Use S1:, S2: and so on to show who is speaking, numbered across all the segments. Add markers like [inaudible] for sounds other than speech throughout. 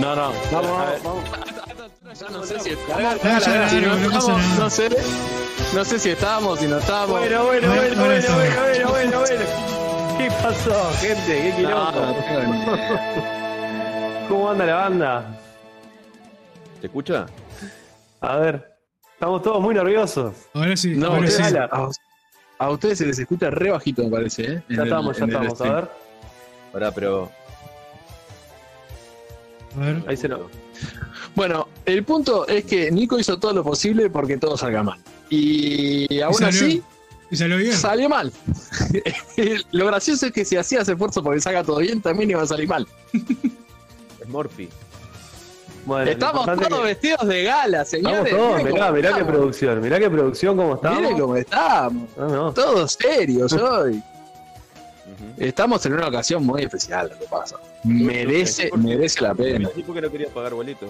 S1: No, no.
S2: Vamos,
S1: a ver.
S2: vamos,
S1: Ya no sé si
S3: Ah, ya, ya, ya, no pasa nada.
S1: No sé. No sé si estábamos, si no estábamos.
S2: Bueno, bueno,
S3: Ahora-
S2: bueno,
S3: ahora
S2: bueno,
S3: está
S2: bueno,
S3: bien.
S2: bueno, bueno, bueno. ¿Qué pasó, gente? ¿Qué
S1: No,
S2: quilombo? ¿Cómo anda la banda?
S4: ¿Te escucha?
S2: A ver, estamos todos muy nerviosos.
S3: Ahora sí,
S1: no,
S3: ahora
S1: ustedes-
S3: sí.
S2: ala.
S1: a, a ustedes se les escucha re bajito, me parece. ¿eh? En
S2: Ya
S1: el-
S2: estamos, ya
S1: en el
S2: estamos. A
S1: stream.
S2: ver,
S4: Pará, pero.
S3: A ver.
S2: ahí se nos...
S1: Bueno, el punto es que Nico hizo todo lo posible porque todo salga mal. Y aún
S3: salió
S1: así,
S3: Y salió bien.
S1: salió mal. [laughs] lo gracioso es que si hacías esfuerzo porque salga todo bien, también iba a salir mal.
S4: Es Morphy.
S2: Bueno, lo
S1: estamos
S2: importante
S1: todos
S2: es que-
S1: vestidos de gala, señores.
S2: Estamos todos,
S1: Miren
S2: mirá,
S1: cómo
S2: mirá qué
S1: estamos.
S2: producción, mirá qué producción, cómo estamos.
S1: Miren cómo estamos.
S2: No, no.
S1: Todos
S2: [laughs]
S1: serios hoy.
S4: Ujú.
S1: Estamos en una ocasión muy especial, lo que pasa. Merece, merece la
S2: [laughs]
S1: pena.
S4: El tipo que no quería pagar boleto.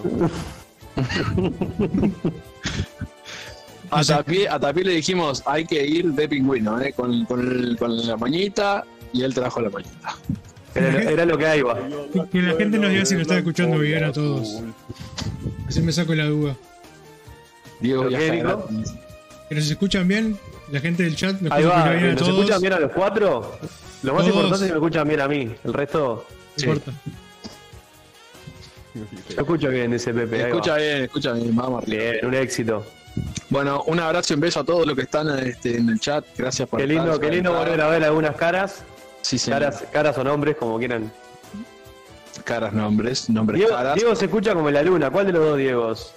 S1: A Tapi, a Tapi le dijimos, hay que ir de pingüino, ¿eh? con, con el- con la moñita, y él trajo la moñita.
S2: Era, era lo que ahí va.
S3: Que- Que la gente nos diga si nos está escuchando bien a todos. Así me saco la duda.
S1: Diego
S2: ¿Lo qué,
S1: viaja
S2: Nico?
S1: gratis.
S3: Que nos escuchan bien, la gente del chat, nos
S2: Ahí
S3: escucha
S2: va.
S3: bien a
S2: ¿Nos
S3: todos.
S2: escuchan bien a los cuatro? Lo más
S3: Todos.
S2: importante es que me escuchan bien a mí. El resto,
S3: No importa.
S2: yo escucho bien, dice Pepe. ahí va.
S1: Escucha bien, escucha bien, vamos arriba.
S2: Bien, un éxito.
S1: Bueno, un abrazo y un beso a todos los que están este, en el chat. Gracias por
S2: Qué
S1: estar,
S2: lindo,
S1: por
S2: qué lindo
S1: estar.
S2: volver a ver algunas caras.
S1: Sí, señor.
S2: Caras, caras o nombres, como quieran.
S1: Caras, nombres, nombres,
S2: Diego,
S1: caras.
S2: Diego se escucha como en la luna. ¿Cuál de los dos Diegos?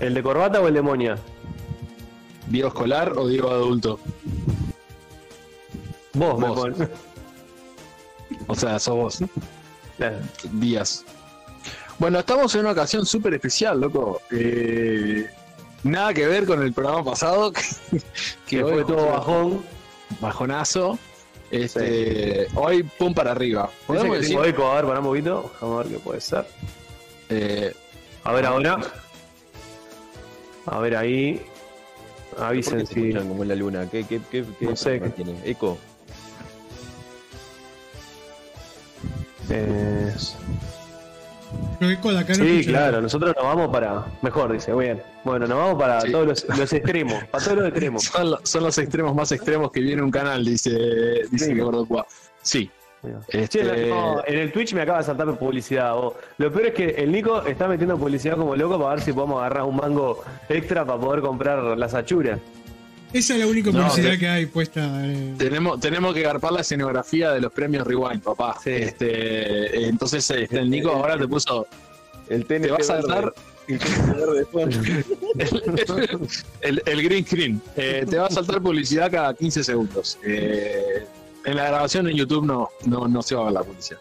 S2: ¿El de corbata o el de moña?
S1: Diego escolar o Diego adulto.
S2: Vos, me
S1: Vos.
S2: pon-
S1: O sea, sos vos.
S2: Claro.
S1: días. Bueno, estamos en una ocasión súper especial, loco. Eh, nada que ver con el programa pasado, [laughs] que,
S2: Que
S1: hoy
S2: fue todo bajón.
S1: bajonazo. Este, Hoy, pum para arriba.
S2: Dice
S1: Podemos
S2: que
S1: decir,
S2: tengo eco. A ver, pará un poquito. Vamos a ver qué puede ser.
S1: eh,
S2: A ver ahora. A ver ahí.
S4: ¿Por
S2: Avisen
S4: qué se
S2: si.
S4: escuchan como en la luna? ¿Qué, qué, qué, qué
S2: No sé.
S4: problema tiene? ¿Eco?
S2: eh,
S3: Pero que con la cara
S2: Sí,
S3: escucha
S2: claro, nosotros nos vamos para. Mejor dice, bien. Bueno, nos vamos para
S1: Sí.
S2: todos los, los extremos. Para todos los extremos.
S1: son, lo- son los extremos más extremos que viene un canal, dice, dice
S2: Sí.
S1: que Gordo Cuá. Sí.
S2: Mira. Che,
S1: Este,
S2: no, en el Twitch me acaba de saltar publicidad. vos. Lo peor es que el Nico está metiendo publicidad como loco para ver si podemos agarrar un mango extra para poder comprar las achuras.
S3: bien. Esa es la única
S1: No,
S3: publicidad
S1: te-
S3: que hay puesta. eh.
S1: Tenemos, tenemos que garpar la escenografía de los premios Rewind, papá.
S2: Sí.
S1: Este, entonces, este, el Nico ahora te puso
S4: El TNT
S1: Te va a saltar-
S4: verde. [laughs] El TNT verde de
S1: [laughs]
S4: fondo.
S1: el, el- el green screen. Eh, te va a saltar publicidad cada 15 segundos. Eh, en la grabación en YouTube no, no, no se va a ver la publicidad.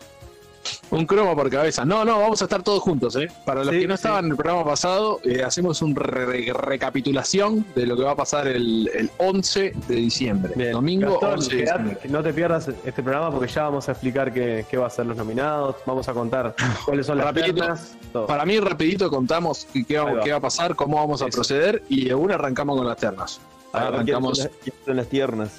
S1: Un cromo por cabeza. No, no, vamos a estar todos juntos. ¿eh? Para los
S2: Sí,
S1: que no
S2: sí.
S1: estaban en el programa pasado, eh, hacemos una recapitulación de lo que va a pasar el, el 11 de diciembre.
S2: Bien.
S1: Domingo
S2: Gastón,
S1: 11 de
S2: quedate,
S1: diciembre.
S2: no te pierdas este programa porque ya vamos a explicar qué, qué va a ser los nominados, vamos a
S1: [laughs]
S2: contar cuáles son las
S1: Rapidito.
S2: piernas, todo.
S1: Para mí, rapidito contamos qué, qué
S2: Ahí
S1: va,
S2: va.
S1: qué va a pasar, cómo vamos a
S2: Eso.
S1: proceder y de una arrancamos con las ternas.
S4: Ah,
S1: Arrancamos.
S4: ¿quiénes son las- quiénes Son las tiernas.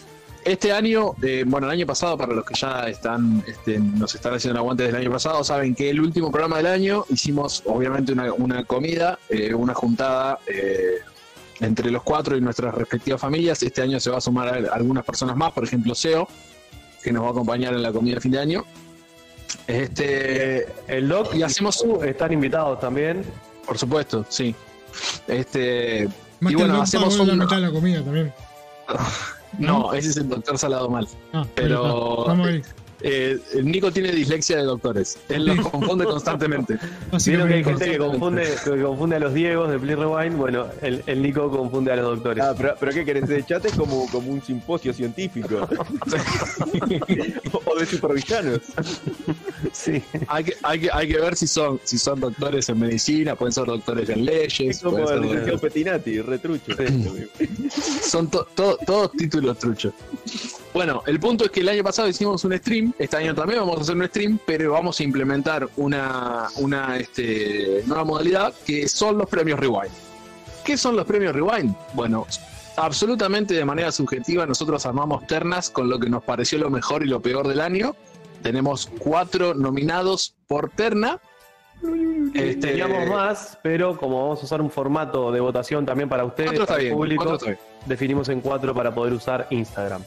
S1: Este año, eh, bueno, el año pasado, para los que ya están, este, nos están haciendo el aguante desde el año pasado, saben que el último programa del año hicimos, obviamente, una, una comida, eh, una juntada eh, entre los cuatro y nuestras respectivas familias. Este año se va a sumar a- algunas personas más, por ejemplo, SEO, que nos va a acompañar en la comida de fin de año. Este,
S2: El Doc
S1: y hacemos,
S2: Uh, están invitados también.
S1: por supuesto, sí. Este,
S3: Más
S1: y
S3: que
S1: bueno,
S3: el
S1: hacemos
S3: hacemos la
S1: un-
S3: mitad de la comida también.
S1: no, ese es el doctor Salado Mal.
S3: Ah,
S1: Pero-
S3: ahí está. Vamos ahí.
S1: Eh, Nico tiene dislexia de doctores. Él los confunde constantemente.
S2: Vieron que hay
S3: Básicamente.
S2: gente que confunde, que confunde a los Diegos de Play Rewind. Bueno, el, el Nico confunde a los doctores.
S4: Ah, pero, pero ¿qué querés? El chat es como, como un
S1: [laughs]
S4: simposio científico. [laughs] o de supervillanos.
S2: sí.
S1: Hay que, hay que, hay que ver si son, si son doctores en medicina, pueden ser doctores en
S4: Es
S1: leyes,
S4: como
S1: pueden
S4: el
S1: ser-
S4: licenciado Petinati, retrucho.
S1: son to- to- todos títulos truchos. Bueno, el punto es que el año pasado hicimos un stream, este año también vamos a hacer un stream, pero vamos a implementar una, una este, nueva modalidad que son los premios Rewind. ¿Qué son los premios Rewind? Bueno, absolutamente de manera subjetiva nosotros armamos ternas con lo que nos pareció lo mejor y lo peor del año. Tenemos cuatro nominados por terna Este,
S2: Teníamos más, pero como vamos a usar un formato de votación también para ustedes,
S1: Cuatro está
S2: para el
S1: bien,
S2: eh, público,
S1: cuatro está bien.
S2: definimos en cuatro para poder usar Instagram.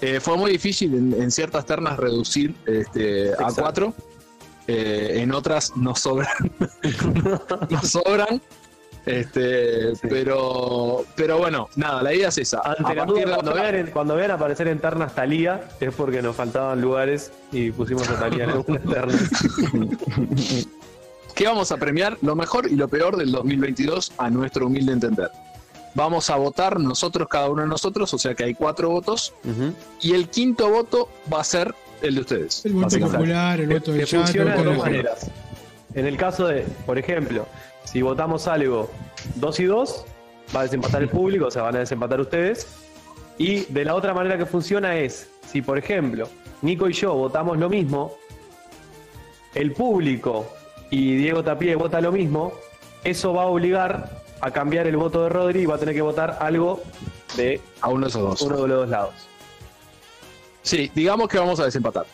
S1: Eh, fue muy difícil en, en ciertas ternas reducir este, a
S2: Exacto.
S1: cuatro. Eh, en otras nos sobran. [laughs] nos sobran. Este,
S2: Sí.
S1: pero, pero bueno, nada, la idea es esa.
S2: Ante
S1: A
S2: la
S1: partir
S2: duda,
S1: de
S2: cuando,
S1: ahora-
S2: vean, en- cuando vean aparecer en ternas Talía, es porque nos faltaban lugares y pusimos a Talía en alguna terna.
S1: ¿Qué vamos a premiar? Lo mejor y lo peor del 2022 a nuestro humilde entender. Vamos a votar nosotros, cada uno de nosotros, o sea que hay cuatro votos,
S2: Ujú.
S1: y el quinto voto va a ser el de ustedes.
S3: El voto
S1: básicamente.
S3: popular, el
S2: Que-
S3: voto
S2: que
S3: del chat, el
S2: funciona de
S3: voto
S2: dos
S3: de la
S2: maneras. En el caso de, por ejemplo, si votamos algo 2 y 2, va a desempatar el público, o sea, van a desempatar ustedes. Y de la otra manera que funciona es, si por ejemplo, Nico y yo votamos lo mismo, el público y Diego Tapie vota lo mismo, eso va a obligar a cambiar el voto de Rodri y va a tener que votar algo de
S1: A uno de esos dos.
S2: uno de los dos lados.
S1: Sí, digamos que vamos a desempatar.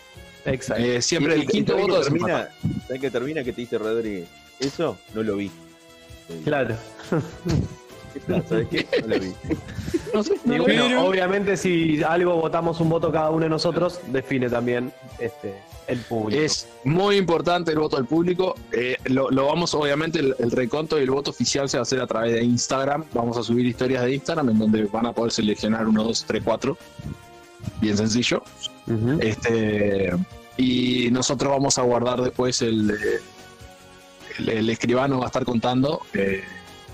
S2: Exacto.
S1: Eh, siempre
S4: Y-
S1: el
S4: y-
S1: quinto
S4: ¿sabés
S1: voto
S4: que
S1: desempata.
S4: termina, ¿sabés que termina que te dice Rodri? Eso no lo vi.
S2: Claro.
S4: ¿Sabes qué? No lo vi.
S1: No sé,
S2: Y
S1: no,
S2: bueno,
S3: Pero-
S2: obviamente si algo votamos un voto cada uno de nosotros, define también este, el público.
S1: Es muy importante el voto del público. Eh, lo, lo vamos, obviamente, el, el reconto y el voto oficial se va a hacer a través de Instagram. Vamos a subir historias de Instagram en donde van a poder seleccionar 1, 2, 3, 4. Bien sencillo.
S2: Ujú.
S1: Este, y nosotros vamos a guardar después el. eh, El, el escribano va a estar contando. eh,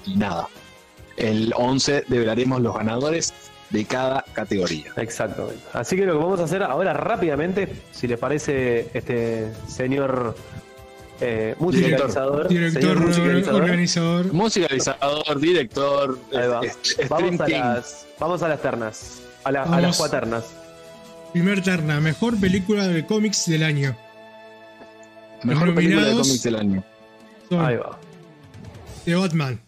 S1: y nada. El 11 develaremos los ganadores de cada categoría.
S2: Exactamente. Así que lo que vamos a hacer ahora rápidamente, si les parece, este señor eh, musicalizador. señor
S3: Director,
S2: musicalizador,
S3: organizador.
S1: Musicalizador, director,
S2: Ahí va.
S3: Este,
S1: est- est-
S2: Vamos
S1: stream
S2: a,
S1: king.
S2: las, vamos a las ternas. A, la- a las
S3: Vamos.
S2: cuaternas.
S3: Primer terna, mejor película de cómics del año.
S1: Mejor
S3: Los
S1: película de
S3: nominados.
S1: cómics del año.
S3: Son
S2: Ahí va.
S3: The Batman,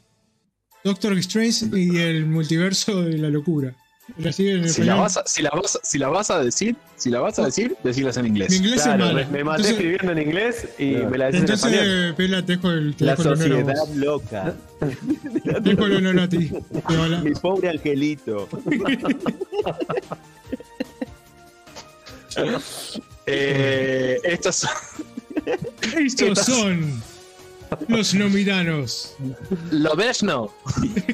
S3: Doctor Strange y el multiverso de la locura. La siguen en
S1: Si la,
S3: español.
S1: vas a, si, la vas, a- si la vas a decir, si la vas a decir, decirlas en
S3: Mi
S1: inglés.
S3: inglés
S2: Claro,
S3: es
S2: me,
S3: malo.
S2: me maté
S3: entonces,
S2: escribiendo en inglés y
S4: Claro.
S2: me la decís en
S3: entonces
S2: español.
S3: eh, Pela, te dejo el te
S4: La
S3: dejo el honor a
S4: sociedad
S3: vos.
S4: loca.
S3: Te dejo el honor a ti. Te va
S4: [laughs]
S3: la-
S4: Mi pobre angelito.
S1: Eh, estas son
S3: Estos son los nominados.
S1: Lo ves, no. [laughs]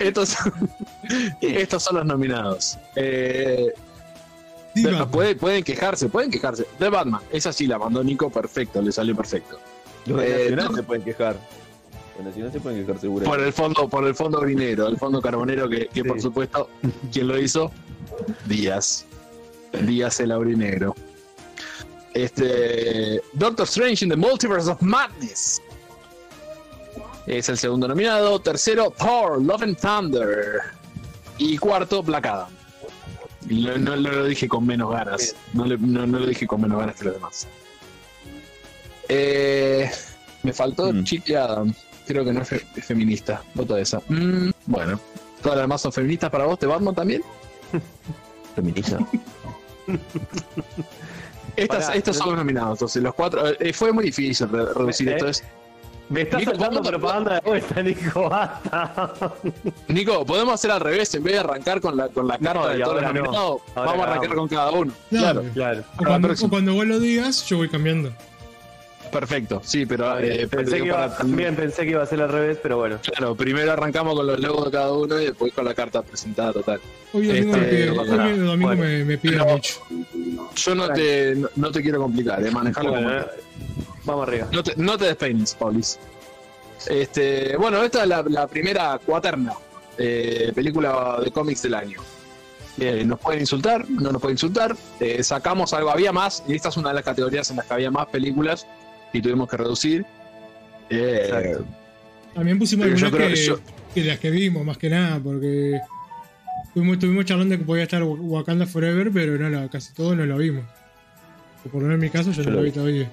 S1: estos, son- estos son los nominados. Eh,
S3: The
S1: pero
S3: Batman,
S1: puede- pueden quejarse, pueden quejarse. The Batman, esa sí la mandó Nico perfecto, le salió perfecto.
S4: Los
S1: Eh,
S4: de Nacional
S1: no.
S4: se pueden quejar. Los de Nacional se pueden quejar seguro.
S1: Por el fondo, por el fondo grinero, el fondo carbonero que, que, por
S2: Sí.
S1: supuesto, ¿quién lo hizo? Díaz. Díaz el aurinegro. Este. Doctor Strange in the Multiverse of Madness. Es el segundo nominado. Tercero, Thor, Love and Thunder. Y cuarto, Black Adam. No, no- no lo dije con menos ganas. No, le- no- no lo dije con menos ganas que los demás. Eh, me faltó
S4: Mm.
S1: Chick Adam. Creo que no es, fe- es feminista. Vota esa. Mm, bueno. Todas las demás son feministas para vos, ¿te Batman también?
S4: [laughs] feminista.
S1: Estas,
S2: Pará,
S1: estos
S2: no-
S1: son los nominados, entonces los cuatro. eh, fue muy difícil re- reducir
S2: Eh,
S1: esto. Es,
S2: Me estás
S1: Nico,
S2: saltando
S1: ¿cómo te-
S2: propaganda de vuelta, [laughs] Nico. Basta.
S1: Nico, podemos hacer al revés, en vez de arrancar con la, con la carta
S2: No, y
S1: de todos los
S2: ahora no.
S1: nominados,
S2: Ahora
S1: vamos a arrancar
S2: cagamos.
S1: con cada uno.
S3: Claro.
S2: Claro.
S3: O
S1: la
S3: cuando,
S1: próxima.
S3: o cuando vos lo digas, yo voy cambiando.
S1: Perfecto, sí, pero eh, pero
S2: pensé,
S1: digo,
S2: que iba,
S1: para-
S2: también pensé que iba a ser al revés, pero bueno.
S1: Claro, primero arrancamos con los logos de cada uno y después con la carta presentada total.
S3: Hoy domingo,
S1: Este,
S3: me, pide, hoy
S1: pará.
S3: domingo
S2: Bueno.
S3: me, me pide
S1: Pero-
S3: mucho.
S1: Yo no te, no, no te quiero complicar, eh, manejarlo
S2: Bueno,
S1: como-
S2: eh, vamos arriba.
S1: No te, no te despeines, Paulis. Este, bueno, esta es la, la primera cuaterna eh, película de cómics del año. Eh, nos pueden insultar, no nos pueden insultar. Eh, sacamos algo, había más, y esta es una de las categorías en las que había más películas y tuvimos que reducir. Eh,
S2: Exacto.
S3: También pusimos
S1: Pero yo
S3: algunas
S1: creo-
S3: que,
S1: yo-
S3: que las que vimos, más que nada, porque estuvimos, estuvimos charlando que podía estar Wak- Wakanda Forever, pero no la, casi todos no lo vimos. O por lo menos en mi caso, yo no lo vi todavía.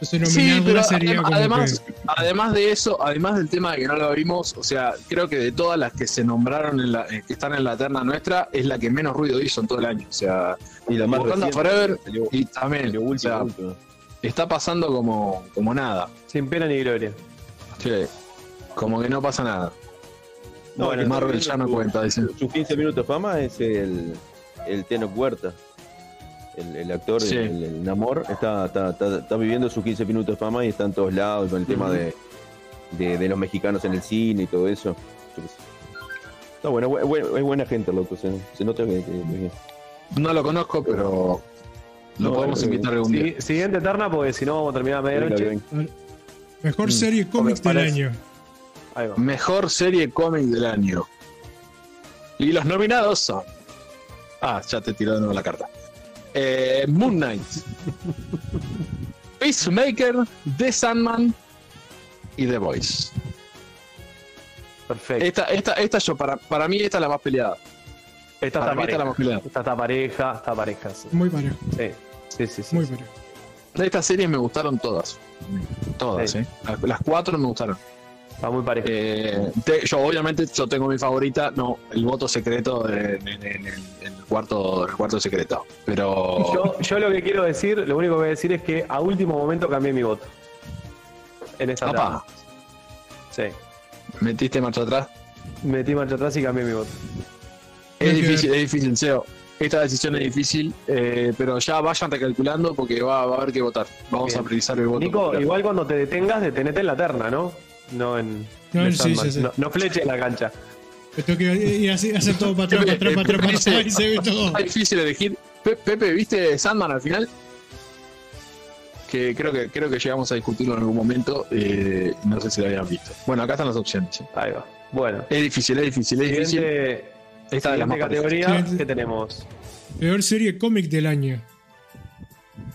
S3: Entonces,
S1: Sí,
S3: nominado
S1: pero
S3: sería
S1: adem-
S3: como
S1: además,
S3: que-
S1: además de eso, además del tema de que no la vimos, o sea, creo que de todas las que se nombraron, en la, eh, que están en la terna nuestra, es la que menos ruido hizo en todo el año. O sea,
S4: Y la
S1: Wakanda
S4: reciente
S1: Forever
S4: salió-
S1: y también,
S4: salió
S1: o sea,
S4: última, última.
S1: está pasando como, como nada.
S2: Sin pena ni gloria.
S1: Sí. Como que no pasa nada.
S4: No,
S1: Bueno,
S4: en
S1: Marvel
S4: este
S1: ya no
S4: momento-
S1: cuenta, dicen.
S4: Sus 15 minutos de fama es el, el Tenoch Huerta. El, el actor,
S1: Sí.
S4: el, el Namor, está, está, está, está viviendo sus 15 minutos de fama y está en todos lados con el tema de, de, de los mexicanos en el cine y todo eso. Yo qué sé. Está bueno, es bu- es buena gente, loco. Se, se nota que, que- que-
S1: No lo conozco, pero lo
S4: No,
S1: podemos
S4: bueno,
S1: invitar algún
S2: Sí,
S1: día.
S2: siguiente eterna, porque si no vamos a terminar a medianoche.
S3: Mejor
S1: Mm.
S3: serie cómic del
S2: parece.
S3: año.
S2: Ahí va.
S1: Mejor serie cómic del año. Y los nominados son. Ah, ya te tiró de nuevo la carta. Eh, Moon Knight. Peacemaker, The Sandman y The Voice.
S2: Perfecto.
S1: Esta, esta, esta yo, para, para mí esta es la más peleada.
S2: Esta
S1: Para
S2: está
S1: mí esta es la
S2: pareja.
S1: más peleada.
S2: Esta está pareja, está pareja. Sí,
S3: Muy parejo,
S2: sí, sí. sí, sí.
S3: muy parejo.
S1: De estas series me gustaron todas. Todas,
S2: Sí.
S1: ¿eh? Las, las cuatro me gustaron.
S2: Está muy pareja.
S1: Eh, te- yo obviamente yo tengo mi favorita, no, el voto secreto de- en, en- en- en el cuarto, el cuarto secreto. Pero
S2: Yo, yo lo que quiero decir, lo único que voy a decir es que a último momento cambié mi voto. En esta
S1: Apa.
S2: etapa. Sí.
S1: metiste marcha atrás.
S2: Metí marcha atrás y cambié mi voto.
S1: Es
S3: Hay que
S1: difícil, es difícil, Seo. Esta decisión es difícil, eh, pero ya vayan recalculando porque va, va a haber que votar. Vamos
S2: Bien.
S1: a priorizar el voto.
S2: Nico,
S1: popular.
S2: igual cuando te detengas, detenete en la terna, ¿no? No en.
S3: No,
S2: en el
S3: sí,
S2: Sandman.
S3: sí, sí.
S2: No, no fleches la cancha.
S3: Yo tengo que ir- ir así, hacer todo para atrás, para atrás, para atrás, para atrás, y se ve
S1: [laughs]
S3: todo.
S1: Está difícil elegir. Pe- Pepe, ¿viste Sandman al final? Que creo que creo que llegamos a discutirlo en algún momento. eh, no sé si lo habían visto. Bueno, acá están las opciones.
S2: Ahí va. Bueno.
S1: Es difícil, es difícil, es difícil.
S2: Siguiente,
S1: Esta de las más
S2: siguiente
S3: parejas.
S2: categoría
S3: Siguiente.
S2: que tenemos.
S3: Peor serie cómic del año.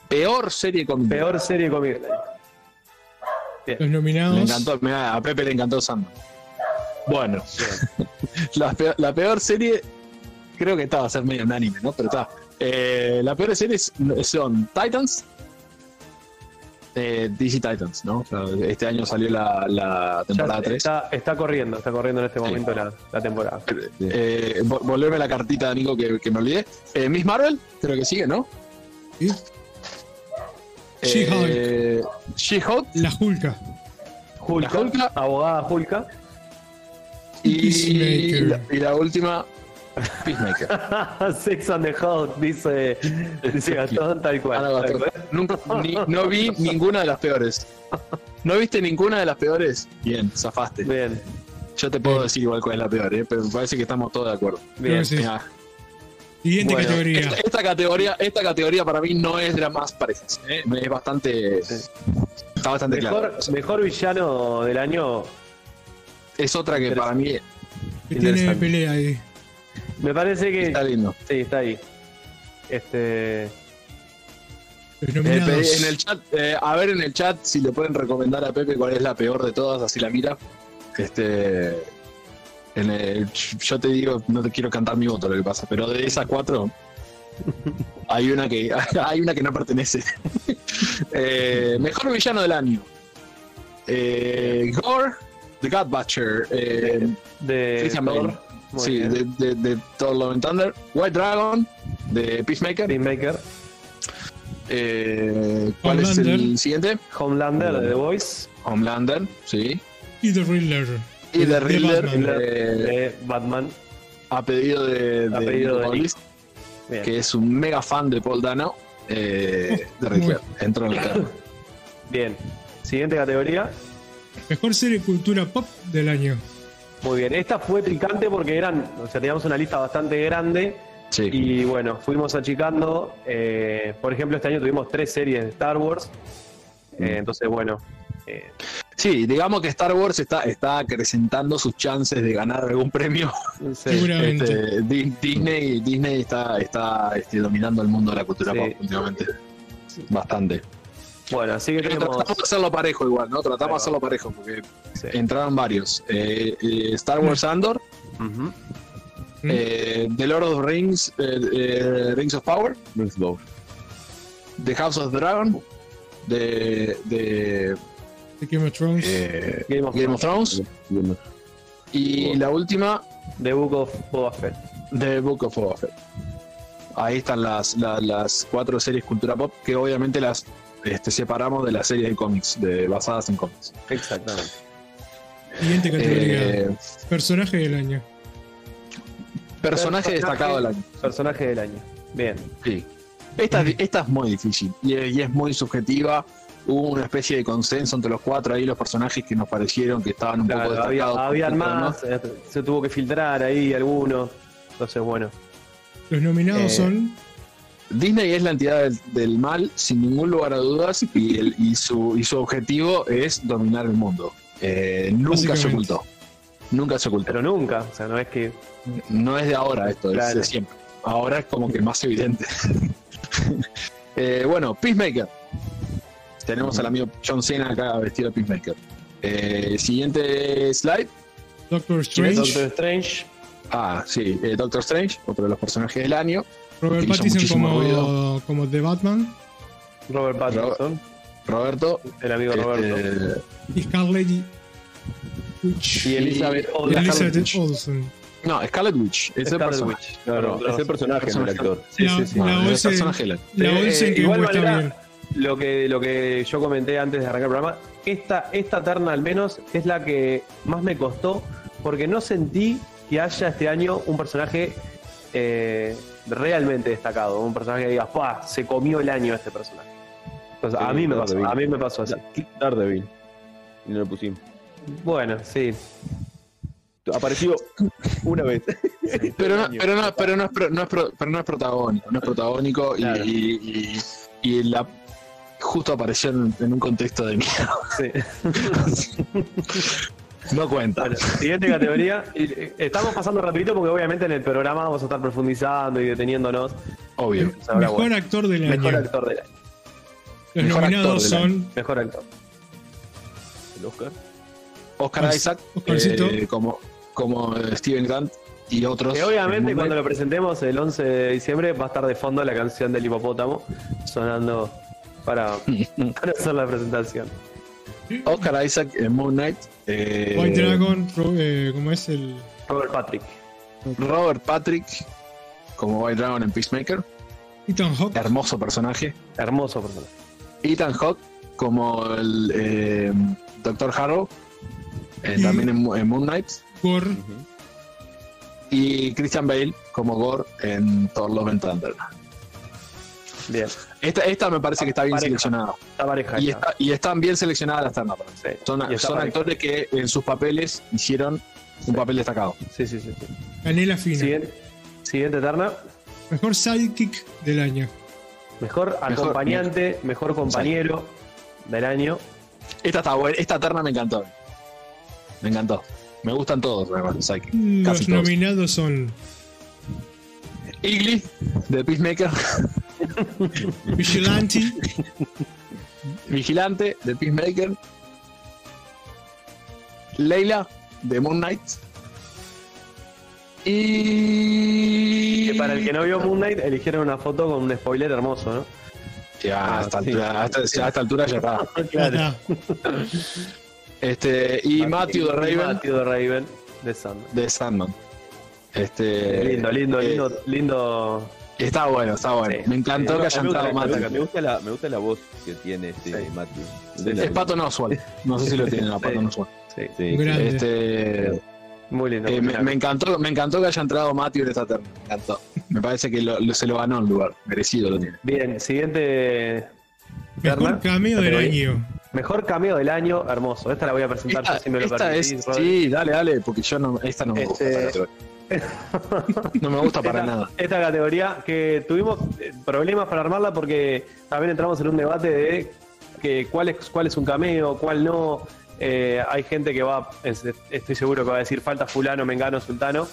S1: Peor serie con
S2: Peor serie cómica.
S3: Los
S1: Me
S3: nominados.
S1: encantó, mirá, a Pepe le encantó Sandman. Bueno, [laughs] la peor, la peor serie, creo que estaba a ser medio unánime, ¿no? Pero está. Eh, la peor serie es- son Titans. Eh, DC Titans, ¿no? O sea, este año salió la, la
S2: Ya
S1: temporada 3.
S2: está, está corriendo, está corriendo en este momento la, la temporada.
S1: Eh, vo- volverme la cartita, Nico, que, que me olvidé. Eh, Miss Marvel, creo que sigue, ¿no?
S3: ¿sí? She-Hulk.
S1: Eh, She-Hulk
S3: La Julka.
S2: Hulka,
S1: La Hulka.
S2: abogada Julka.
S1: y,
S3: Peacemaker.
S1: la, y la última, Peacemaker.
S2: [laughs] Sex and the House, dice,
S1: [laughs]
S2: dice Gastón, tal cual.
S1: Ana
S2: tal
S1: Gastón.
S2: cual.
S1: Nunca, ni- no vi ninguna de las peores. ¿No viste ninguna de las peores? Bien, zafaste.
S2: Bien,
S1: Yo te puedo decir igual cuál es la peor, ¿eh? pero me parece que estamos todos de acuerdo.
S2: bien.
S3: Creo que sí.
S1: Mirá,
S3: Siguiente
S2: Bueno,
S3: categoría.
S1: esta, esta categoría, esta categoría para mí no es de las más parejas. ¿eh? Es bastante.
S2: Sí.
S1: Está bastante
S2: Mejor,
S1: claro.
S2: mejor villano del año,
S1: Es otra que para mí
S3: que tiene
S2: interesante.
S3: pelea
S1: Eh,
S3: ahí.
S2: me parece que.
S1: está lindo.
S2: Sí, está ahí. Este.
S3: Los
S1: Eh,
S3: nominados.
S1: pe- en el chat, eh, a ver en el chat si le pueden recomendar a Pepe cuál es la peor de todas, así la mira. Este, en el- yo te digo, no te quiero cantar mi voto lo que pasa, pero de esas
S2: [laughs]
S1: cuatro hay una que [laughs] hay una que no pertenece. [laughs] Eh, mejor villano del año. Eh, Gore, The God Butcher, eh,
S2: De.
S1: Christian
S2: Thor.
S1: Bale.
S2: Muy
S1: sí,
S2: bien.
S1: de, de, de Thor Love and Thunder, White Dragon, de Peacemaker.
S2: Peacemaker.
S1: Eh, ¿Cuál es el
S3: Homelander.
S1: siguiente?
S2: Homelander de The Voice.
S1: Homelander, sí.
S3: Y The Riddler.
S1: Y The
S3: De
S1: Riddler
S3: Batman.
S1: eh,
S2: de Batman.
S1: a pedido de,
S2: A
S1: de
S2: pedido de eh.
S1: Nicopolis,
S2: Bien.
S1: que es un mega fan de Paul Dano, eh, de Riddler. Entró en el terreno.
S2: Bien. Siguiente categoría.
S3: Mejor serie cultura pop del año.
S2: Muy bien. Esta fue picante porque eran. O sea, teníamos una lista bastante grande.
S1: Sí.
S2: Y bueno, fuimos achicando. eh, por ejemplo, este año tuvimos tres series de Star Wars. eh, entonces, bueno. eh,
S1: sí, digamos que Star Wars está, está acrecentando sus chances de ganar algún premio.
S2: sí,
S3: Seguramente.
S1: Este, Di- Disney, Disney está, está este, dominando el mundo de la cultura
S2: Sí.
S1: pop últimamente. Bastante.
S2: Bueno, así que
S1: Pero
S2: tenemos.
S1: tratamos de hacerlo parejo igual, ¿no? Tratamos
S2: Ahí
S1: de
S2: va.
S1: hacerlo parejo, porque
S2: sí.
S1: entraron varios. Eh, eh, Star
S2: Mm.
S1: Wars Andor,
S2: Ujú.
S3: ¿Mm?
S1: Eh, The Lord of the Rings, eh, eh, Rings of Power,
S4: Bruce Bow.
S1: The House of the Dragon, de, de
S3: The Game of Thrones.
S1: eh,
S2: Game of
S1: Game of Thrones,
S4: Bien.
S1: y la última,
S2: The Book of Boba Fett.
S1: The Book of Boba Fett. Ahí están las, la- las cuatro series cultura pop, que obviamente las este, separamos de la serie de cómics, de, basadas en cómics.
S2: Exactamente.
S3: Siguiente categoría.
S1: Eh,
S3: Personaje del año.
S1: personaje destacado del año.
S2: Personaje del año. Bien.
S1: Sí. Esta, es- esta es muy difícil y, y es muy subjetiva. Hubo una especie de consenso entre los cuatro ahí, los personajes que nos parecieron que estaban un poco
S2: Claro, había,
S1: destacados.
S2: habían
S1: pero no.
S2: más, eh, se tuvo que filtrar ahí alguno. Entonces, bueno.
S3: Los nominados
S1: Eh,
S3: son.
S1: Disney es la entidad del, del mal, sin ningún lugar a dudas, y, el- y su, y su objetivo es dominar el mundo. Eh, nunca se
S3: Básicamente.
S1: ocultó. Nunca se ocultó.
S2: Pero nunca. O sea, no es que.
S1: No es de ahora esto, es
S2: Claro.
S1: de siempre. Ahora es como que más evidente. [laughs] Eh, bueno, Peacemaker. Tenemos al amigo John Cena acá vestido de Peacemaker. Eh, siguiente slide.
S3: Doctor
S1: ¿quién es
S3: Strange.
S2: Doctor Strange.
S1: Ah, sí, eh, Doctor Strange, otro de los personajes del año.
S3: Robert
S1: hizo
S3: Pattinson
S1: muchísimo
S3: como,
S1: ruido.
S3: como The Batman.
S2: Robert Pattinson.
S1: Roberto.
S2: El amigo Roberto.
S1: este,
S3: Y Scarlett. Witch.
S2: Y Elizabeth
S1: y-
S2: Olsen.
S3: Elizabeth
S1: Scarlett Witch.
S3: Olsen.
S1: no, Scarlet Witch. Es el
S2: Scarlet
S1: personaje.
S2: Witch.
S4: Claro,
S2: Perdón,
S4: es el personaje, no el
S1: personaje.
S4: actor.
S1: Sí,
S3: La-
S1: sí, sí.
S3: la
S1: No, es
S3: Olsen-
S1: el personaje del año.
S3: La
S2: Eh,
S3: Olsen
S2: eh,
S3: que
S2: igual
S3: muestra
S2: Valera-
S3: bien.
S2: lo que, lo que yo comenté antes de arrancar el programa, esta, esta terna al menos es la que más me costó, porque no sentí que haya este año un personaje eh, realmente destacado, un personaje que digas, ¡pah! Se comió el año este personaje. Entonces, a,
S4: Sí,
S2: mí me
S4: claro,
S2: pasó,
S4: bien.
S2: a mí me pasó así.
S4: Daredevil. Y no lo pusimos.
S2: Bueno, sí.
S4: Apareció una vez.
S1: pero no, pero no, pero no es, pro- no es pro- pero no es protagónico, no es protagónico y-
S2: Claro.
S1: y, y- y la justo apareció en, en un contexto de miedo.
S4: [laughs]
S2: sí.
S1: No cuenta.
S2: Bueno, siguiente categoría. Y, eh, Estamos pasando rapidito porque obviamente en el programa vamos a estar profundizando y deteniéndonos.
S1: Obvio.
S2: Ahora,
S3: Mejor
S2: bueno,
S3: actor del año.
S2: mejor actor del año.
S3: Los
S1: mejor actor
S3: nominados
S1: del año.
S3: son
S2: Mejor actor. [laughs]
S4: El Oscar.
S1: Oscar
S3: Os-
S1: Isaac,
S3: Oscarcito.
S1: eh, como, como eh, Steven Grant y otros.
S2: Que obviamente cuando lo presentemos el 11 de diciembre va a estar de fondo la canción del hipopótamo sonando
S1: [laughs]
S2: para, para hacer la presentación.
S1: Oscar Isaac en Moon Knight. eh,
S3: White Dragon, Ro- eh, ¿cómo es el?
S2: Robert Patrick.
S1: Robert Patrick como White Dragon en Peacemaker.
S3: Ethan Hawke.
S1: Hermoso personaje.
S2: Hermoso personaje.
S1: Ethan Hawke como el eh, Dr. Harrow. eh,
S3: Y-
S1: También en Mo- en Moon Knight.
S3: Gore,
S1: y Christian Bale como Gore en Thor Love and Thunder.
S2: Bien. Está
S1: Esta, esta me parece que está bien
S2: Pareja.
S1: seleccionada.
S2: pareja.
S1: Y,
S2: esta.
S1: está- y están bien seleccionadas las ternas.
S2: Sí.
S1: Son,
S2: Y está
S1: son
S2: pareja.
S1: actores que en sus papeles hicieron un papel destacado.
S2: Sí, sí, sí. sí.
S3: Canela Fina.
S2: Siguiente, siguiente terna.
S3: Mejor sidekick del año.
S2: Mejor acompañante, mejor, compañero del año.
S1: Esta está buena, esta terna me encantó. Me encantó. Me gustan todos, además, o sea, que
S3: Los
S1: casi todos.
S3: nominados son
S1: Igli, de Peacemaker. [laughs]
S3: Vigilante,
S1: Vigilante, de Peacemaker. Leila, de Moon Knight. Y.
S2: Que para el que no vio Moon Knight, eligieron una foto con un spoiler hermoso, ¿no? Ah,
S1: Ya, a esta altura, hasta- ya a esta altura ya está.
S3: Claro.
S1: Este, y Matthew de
S2: Y
S1: Raven
S2: Matthew de Raven de Sandman.
S1: de Sandman. Este,
S2: lindo, lindo,
S1: eh,
S2: lindo, lindo.
S1: Está bueno, está bueno.
S2: Sí.
S1: me encantó
S2: Sí,
S1: que
S2: no,
S1: haya
S2: me gusta
S1: entrado
S2: la
S1: Matthew.
S4: Me gusta la, me gusta la voz que tiene este
S2: Sí.
S4: Matthew.
S1: Es Patton Oswalt. No sé si lo tienen a
S2: Sí.
S1: Patton Oswalt.
S2: Sí,
S4: Sí,
S3: Gran- Grande.
S1: Este,
S2: muy lindo.
S1: eh,
S2: muy
S1: me,
S2: lindo.
S1: me encantó, me encantó que haya entrado Matthew en esta terna. Me encantó. Me parece que lo- lo- se lo ganó el lugar. Merecido lo tiene.
S2: Bien, siguiente.
S3: Mejor
S2: Carla,
S3: cameo del
S2: categoría.
S3: año.
S2: Mejor cameo del año, hermoso. Esta la voy a presentar
S1: Esta,
S2: yo si me lo
S1: Ah, esta
S2: permitís,
S1: es.
S2: Rodri.
S1: Sí, dale, dale, porque yo no. Esta no me
S2: Este-
S1: gusta. No me gusta para
S2: esta,
S1: nada.
S2: Esta categoría que tuvimos eh, problemas para armarla porque también entramos en un debate de que cuál es, cuál es un cameo, cuál no. Eh, hay gente que va, es- estoy seguro que va a decir falta fulano, mengano, sultano.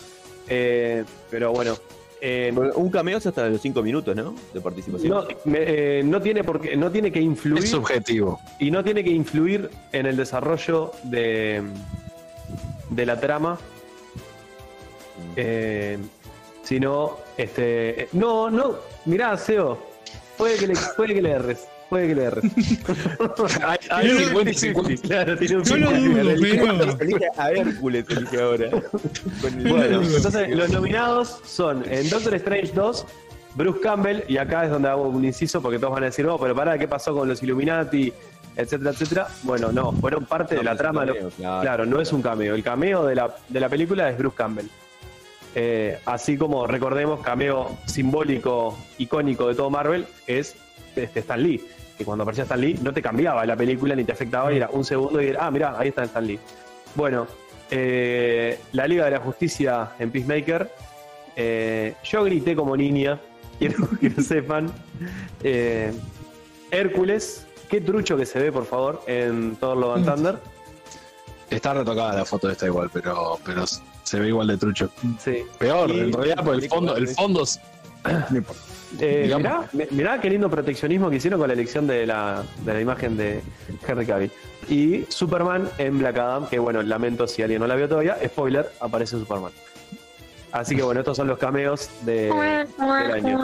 S2: Eh, pero bueno. eh,
S4: Un cameo es hasta los 5 minutos, ¿no? De participación.
S2: no, me- eh, no tiene por qué- no tiene que influir
S1: Es subjetivo.
S2: y no tiene que influir en el desarrollo de, de la trama, eh, sino, este, no, no, mirá, Seo, puede que le, puede que le erres, puede que le
S3: [laughs]
S2: erres.
S1: Hay, hay
S3: Yo-
S1: 50 y 50.
S2: claro, tiene un
S3: Yo lo
S2: final.
S3: dudo,
S4: Bueno,
S3: pero.
S4: elige a Hércules
S2: [laughs]
S4: elige ahora. Con el-
S3: Yo lo
S2: Bueno,
S3: dudo.
S2: entonces los nominados son en Doctor Strange 2, Bruce Campbell, y acá es donde hago un inciso porque todos van a decir, no, pero pará, ¿qué pasó con los Illuminati? Etcétera, etcétera. Bueno, no, fueron parte de la trama. de los-
S4: Claro.
S2: Ah, Claro, no es un cameo. El cameo de la, de la película es Bruce Campbell. Eh, así como recordemos, cameo simbólico, icónico de todo Marvel, es este, Stan Lee. Que cuando aparecía Stan Lee no te cambiaba la película ni te afectaba y era un segundo y era, ah, mirá, ahí está Stan Lee. Bueno, eh, la Liga de la Justicia en Peacemaker. eh, yo grité como niña, [laughs] quiero que lo sepan. Eh, Hércules, qué trucho que se ve, por favor, en Thor Love and Thunder.
S1: Está retocada la foto esta igual, pero, pero se ve igual de trucho.
S2: Sí.
S1: Peor,
S2: Y-
S1: en realidad, porque el fondo, el fondo es- No importa.
S2: Eh,
S1: Digamos.
S2: mirá, mi- mirá qué lindo proteccionismo que hicieron con la elección de la, de la imagen de Henry Cavill. Y Superman en Black Adam, que bueno, lamento si alguien no la vio todavía, spoiler, aparece Superman. Así que bueno, estos son los cameos de, del año.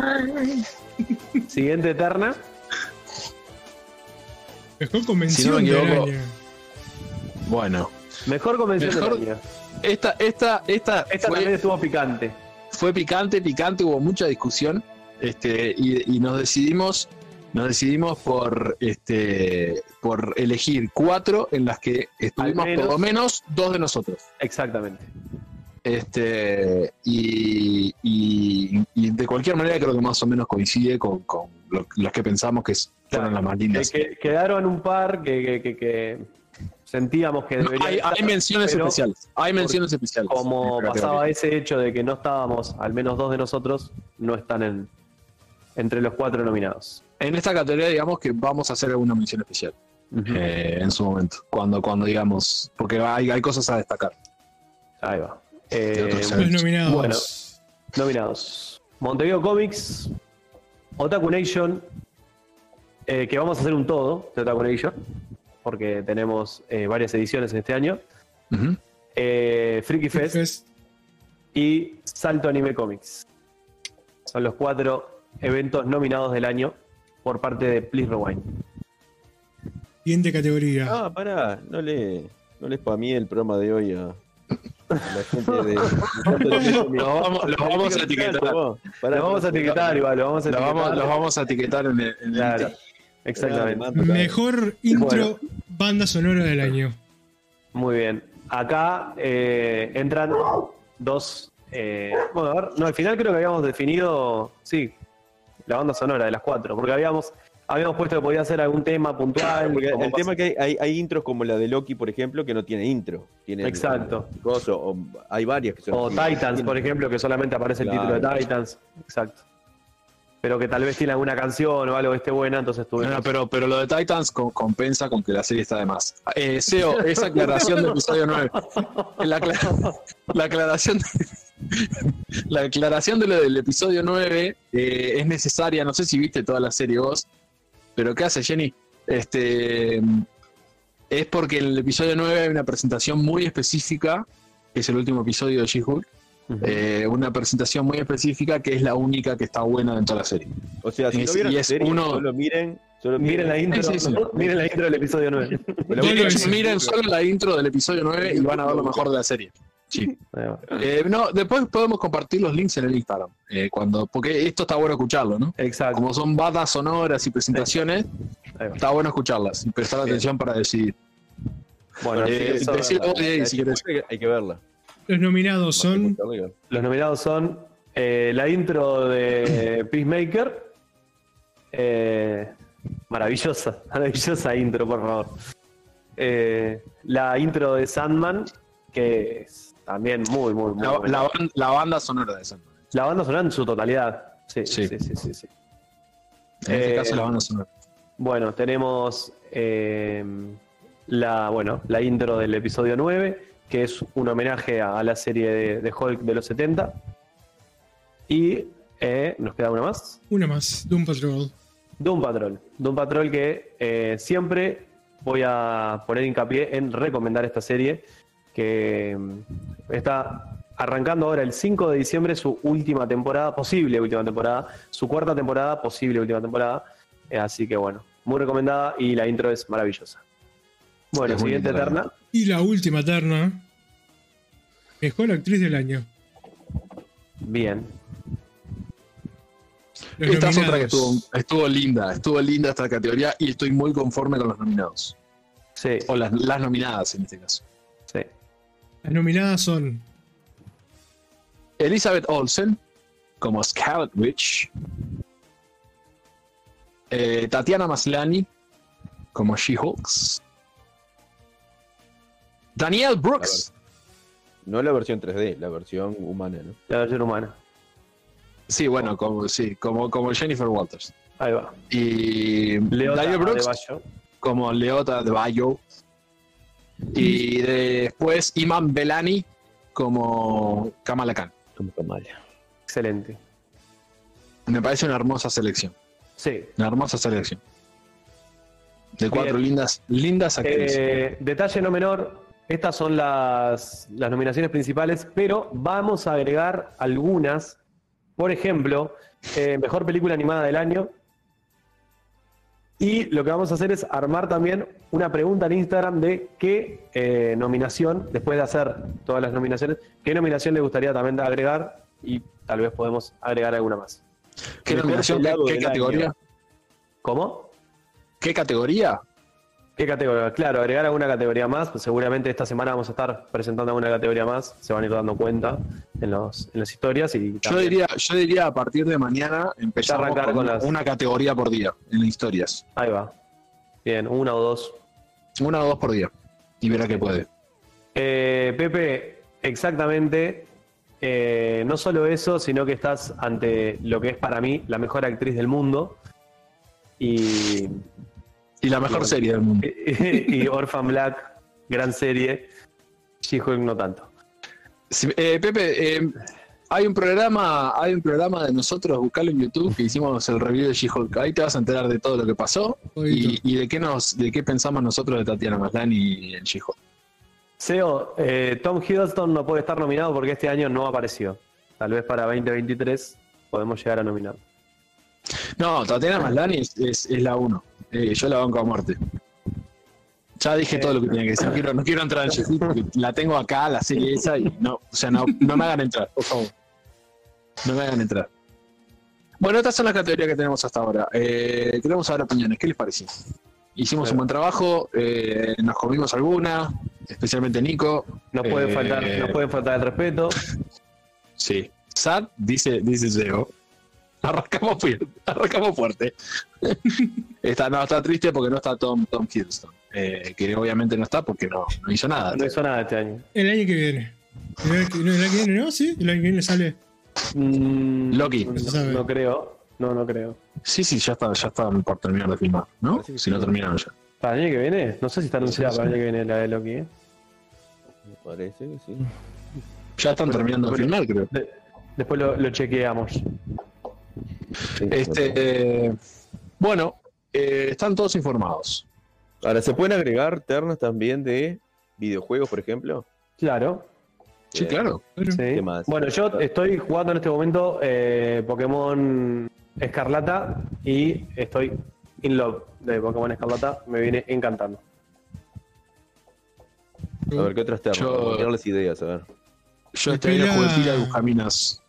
S2: Siguiente Eterna.
S3: Mejor
S1: Si no
S3: convención
S1: me
S3: del
S1: equivoco-
S3: año.
S1: Bueno,
S2: Mejor convención
S1: Mejor-
S2: del año.
S1: esta, esta, esta,
S2: Esta
S1: fue-
S2: también estuvo picante.
S1: fue picante, picante, hubo mucha discusión este, y, y nos decidimos, nos decidimos por, este, por elegir cuatro en las que estuvimos
S2: menos.
S1: por lo menos dos de nosotros.
S2: Exactamente.
S1: Este, y, y- y de cualquier manera creo que más o menos coincide con, con lo- las que pensamos que s- fueron las más lindas.
S2: Que- que- quedaron un par que, que- que- que sentíamos que
S1: No,
S2: deberían
S1: hay, hay
S2: estar,
S1: menciones
S2: pero-
S1: especiales. Hay menciones especiales.
S2: como
S1: Espérate,
S2: pasaba ese hecho de que no estábamos, al menos dos de nosotros, no están en, entre los cuatro nominados.
S1: En esta categoría digamos que vamos a hacer alguna mención especial. eh, en su momento, cuando, cuando digamos, porque hay, hay cosas a destacar.
S2: Ahí va. Eh,
S1: otros
S3: Los nominados.
S2: bueno, nominados. Montevideo Comics, Otaku Nation, eh, que vamos a hacer un todo de Otaku Nation, porque tenemos eh, varias ediciones en este año.
S1: Ujú.
S2: Eh, Freaky Fest
S3: Fest.
S2: y Salto Anime Comics. Son los cuatro eventos nominados del año por parte de Please Rewind.
S3: Siguiente categoría.
S4: Ah, pará, no le, no le spamé el programa de hoy a, a la gente
S2: [laughs]
S4: de.
S2: Los vamos,
S1: los vamos a etiquetar.
S4: Pará,
S2: Los vamos a etiquetar igual, los vamos a
S1: Los
S2: etiquetar.
S1: vamos, los vamos a etiquetar en el. en el-
S2: Claro,
S4: Pará,
S2: exactamente.
S4: manda, pará.
S3: Mejor intro banda sonora del año.
S2: Muy bien. Acá eh, entran dos. eh, bueno, a ver, no, al final creo que habíamos definido, sí, la banda sonora de las cuatro, porque habíamos habíamos puesto que podía ser algún tema puntual.
S4: Porque
S2: como
S4: el
S2: pasa-
S4: tema es que hay, hay, hay intros como la de Loki, por ejemplo, que no tiene intro. Tiene
S2: Exacto.
S4: Coso, o hay varias que son.
S2: O Titans, por ejemplo, que solamente aparece el
S4: Claro.
S2: título de Titans. Exacto. Pero que tal vez tiene alguna canción o algo que esté buena, entonces tuve.
S1: No, no, pero, pero lo de Titans co- compensa con que la serie está de más. Eh, Seo, esa aclaración del episodio 9. La, acla- la aclaración de- la aclaración de lo del episodio 9 eh, es necesaria. No sé si viste toda la serie vos, pero ¿qué hace Jenny? Este, es porque en el episodio 9 hay una presentación muy específica, que es el último episodio de She-Hulk. eh, una presentación muy específica que es la única que está buena dentro de la serie.
S4: O sea, si
S1: Y
S4: no
S1: es-
S4: vieron
S1: y
S4: la
S1: es
S4: serie,
S1: uno-
S4: solo miren. Solo
S2: Miren la intro,
S1: eh, Sí, sí, sí.
S2: miren la intro del episodio
S1: [laughs]
S2: 9.
S4: la
S3: Yo
S4: única-
S3: lo hice.
S1: miren solo la intro del episodio 9 y van a ver lo mejor de la serie. Sí.
S2: Ahí va.
S1: Eh, no, después podemos compartir los links en el Instagram. eh, cuando, porque esto está bueno escucharlo, ¿no?
S2: Exacto.
S1: Como son bandas sonoras y presentaciones,
S2: Ahí va.
S1: está bueno escucharlas y prestar atención para decidir.
S2: Bueno,
S1: Eh,
S2: así que son-
S1: decí-
S4: la-
S1: si querés.
S4: Hay que verla.
S3: Los nominados son
S2: los nominados son eh, la intro de Peacemaker. Eh, maravillosa, [laughs] maravillosa intro, por favor. Eh, la intro de Sandman, que es también muy, muy, muy.
S1: La,
S2: buena.
S1: la ban- la banda sonora de esa. En
S2: La banda sonora en su totalidad. Sí, sí,
S1: Sí.
S2: sí, sí. sí.
S1: este
S2: Eh,
S1: caso, la banda sonora.
S2: Bueno, tenemos eh, la, bueno, la intro del episodio 9, que es un homenaje a, a la serie de, de Hulk de los 70. Y eh, nos queda una más.
S3: una más, Doom Patrol.
S2: Doom Patrol. Doom Patrol que eh, siempre voy a poner hincapié en recomendar esta serie que mm, está arrancando ahora el 5 de diciembre su última temporada, posible última temporada, su cuarta temporada, posible última temporada. Eh, así que bueno, muy recomendada y la intro es maravillosa. Bueno,
S1: Es muy
S2: siguiente
S1: linda la
S2: eterna.
S1: intro.
S3: Y la última terna. Mejor actriz del año.
S2: Bien.
S3: Los
S1: Esta es otra que
S3: nominados.
S1: estuvo, estuvo linda, estuvo linda esta categoría y estoy muy conforme con los nominados.
S2: Sí,
S1: O las, las nominadas en este caso.
S2: sí.
S3: Las nominadas son
S1: Elizabeth Olsen, como Scarlet Witch. Eh, Tatiana Maslani, como She-Hulk. Danielle Brooks,
S4: No la versión 3D, la versión humana, ¿no?
S2: La versión humana.
S1: sí, bueno, como, sí, como, como Jennifer Walters.
S2: Ahí va.
S1: Y
S2: Leo
S1: Danielle Brooks,
S2: Adebayo.
S1: como Leota de Bayo. Y después Iman Belani como Kamala Khan.
S4: Como Kamala.
S2: Excelente.
S1: Me parece una hermosa selección.
S2: Sí.
S1: Una hermosa selección. De
S2: Bien.
S1: cuatro lindas, lindas actrices.
S2: Eh, detalle no menor, estas son las, las nominaciones principales, pero vamos a agregar algunas. Por ejemplo, eh, mejor película animada del año. Y lo que vamos a hacer es armar también una pregunta en Instagram de qué eh, nominación, después de hacer todas las nominaciones, qué nominación le gustaría también agregar y tal vez podemos agregar alguna más.
S1: ¿Qué,
S4: mejor
S1: nominación? ¿Qué-
S4: pelado
S1: qué
S4: del
S1: categoría?
S4: año.
S2: ¿Cómo?
S1: ¿Qué categoría?
S2: ¿Qué categoría? Claro, agregar alguna categoría más. pues seguramente esta semana vamos a estar presentando alguna categoría más. Se van a ir dando cuenta en, los, en las historias. Y
S1: Yo
S2: también-
S1: diría, yo diría a partir de mañana empezar
S2: Ya arrancar
S1: con,
S2: con las-
S1: una categoría por día en las historias.
S2: Ahí va. Bien, una o dos.
S1: Una o dos por día. Y verá que puede.
S2: Eh, Pepe, exactamente. eh, no solo eso, sino que estás ante lo que es para mí la mejor actriz del mundo. Y, [laughs]
S1: Y la mejor
S2: Bien.
S1: serie del mundo.
S2: y Orphan Black, gran serie. She-Hulk no tanto.
S1: Sí, eh, Pepe, eh, hay un programa, hay un programa de nosotros, buscalo en YouTube, que hicimos el review de She-Hulk. Ahí te vas a enterar de todo lo que pasó y,
S3: Jodito.
S1: y de qué nos, de qué pensamos nosotros de Tatiana Maslany en She-Hulk.
S2: Seo, eh, Tom Hiddleston no puede estar nominado porque este año no apareció. Tal vez para 2023 podemos llegar a nominar.
S1: No, Tatiana Maslany es, es- es la uno. Eh, yo la banco a muerte. Ya dije
S2: Eh.
S1: todo lo que tenía que decir. No quiero, no quiero entrar en She-Hulk porque la tengo acá, la serie esa, y no, o sea, no, no me hagan entrar, por favor. No me hagan entrar. Bueno, estas son las categorías que tenemos hasta ahora. Eh, queremos saber opiniones. ¿Qué les pareció? Hicimos un buen trabajo, eh, nos comimos alguna, especialmente Nico.
S2: No puede,
S1: Eh.
S2: faltar, no puede faltar el respeto.
S1: Sí. Sad, dice, dice Seo. [laughs] Arrancamos fuerte. Arrancamos fuerte. [laughs] está, no, está triste porque no está Tom, Tom Hiddleston. eh, que obviamente no está porque no, no hizo nada.
S2: No hizo nada este año.
S3: el año que viene. El año que, no, el año que viene, ¿no? Sí, el año que viene sale.
S2: Mm,
S1: Loki.
S2: No,
S3: Se sabe.
S2: no creo. No, no creo.
S1: Sí, sí, ya está, ya está por terminar de filmar, ¿no?
S4: Parece que
S1: Si no
S4: sí.
S1: terminaron ya.
S2: ¿Para el año que viene? No sé si está anunciada
S1: Sí,
S2: para el
S1: sí.
S2: año que viene la de Loki. ¿eh?
S4: Me parece que sí.
S1: Ya están terminando de filmar, creo.
S2: De- después lo, lo chequeamos.
S4: Sí, me parece.
S1: Este, eh, bueno, eh, están todos informados.
S4: Ahora, ¿se pueden agregar ternas también de videojuegos, por ejemplo?
S2: Claro.
S1: Sí,
S4: Bien.
S1: claro.
S2: sí.
S4: ¿Qué más?
S2: Bueno, yo estoy jugando en este momento eh, Pokémon Escarlata y estoy in love de Pokémon Escarlata. Me viene encantando.
S4: A ver, ¿qué otras ternas?
S1: Yo-
S4: Para darles ideas, a ver.
S1: Yo
S3: Y
S1: este año
S3: pila-
S1: jugué pila de Buscaminas.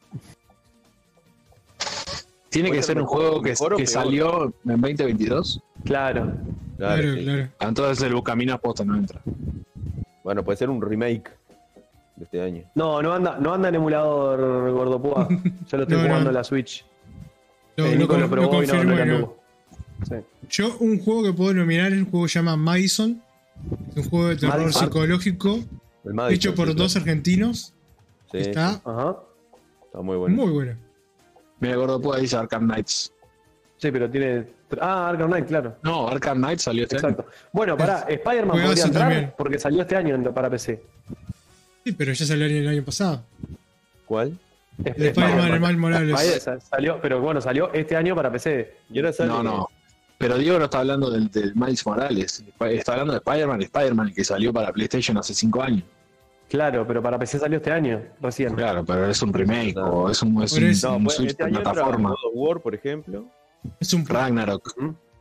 S1: Tiene que
S4: Puede
S1: ser
S4: ser
S1: un juego que,
S4: mejor o
S1: que
S4: peor.
S1: salió en 2022.
S2: Claro.
S4: Claro,
S3: Claro,
S4: sí.
S3: claro.
S1: Entonces el Buscaminas posta no entra.
S4: Bueno, puede ser un remake de este año.
S2: No, no anda, no anda en emulador
S3: [laughs]
S2: Gordopúa. Yo lo estoy
S3: No, no.
S2: jugando en la Switch.
S3: Lo,
S2: Eh,
S3: lo
S2: Nico
S3: con-
S2: lo
S3: lo
S2: probó y no,
S3: confirmo
S2: no
S3: y no.
S2: encantó. Sí.
S3: Yo un juego que puedo nominar es un juego que se llama Madison. Es un juego de terror
S2: Madison.
S3: psicológico
S4: El Madison,
S3: hecho por
S4: sí,
S3: dos argentinos.
S4: sí,
S3: Está
S2: Ajá.
S4: está muy bueno.
S3: muy bueno.
S1: Mira, Gordo Púa dice Arkham Knights.
S2: Sí, pero tiene. Ah, Arkham Knight, claro.
S1: No, Arkham Knights salió este año.
S2: Exacto. Bueno, pará, Spider-Man
S3: Juegazo
S2: podría entrar
S3: también.
S2: porque salió este año en- para PC.
S3: Sí, pero ya salió el año pasado.
S4: ¿Cuál?
S2: Es-
S3: El Spider-Man, el Miles
S2: Spider-
S3: Morales.
S2: sa- salió, pero bueno, salió este año para PC.
S4: Y ahora sale-
S1: No, no. Pero Diego no está hablando del, del Miles Morales. Está hablando de Spider-Man, Spider-Man que salió para PlayStation hace 5 años.
S2: Claro, pero para PC salió este año, recién.
S1: Claro, pero es un remake o es un, es
S3: Por
S1: un-
S3: eso.
S1: un
S4: No, puede-
S1: Switch
S4: este
S1: de
S4: año entra God
S1: plataforma.
S4: of War, por ejemplo.
S3: Es un
S1: Ragnarok.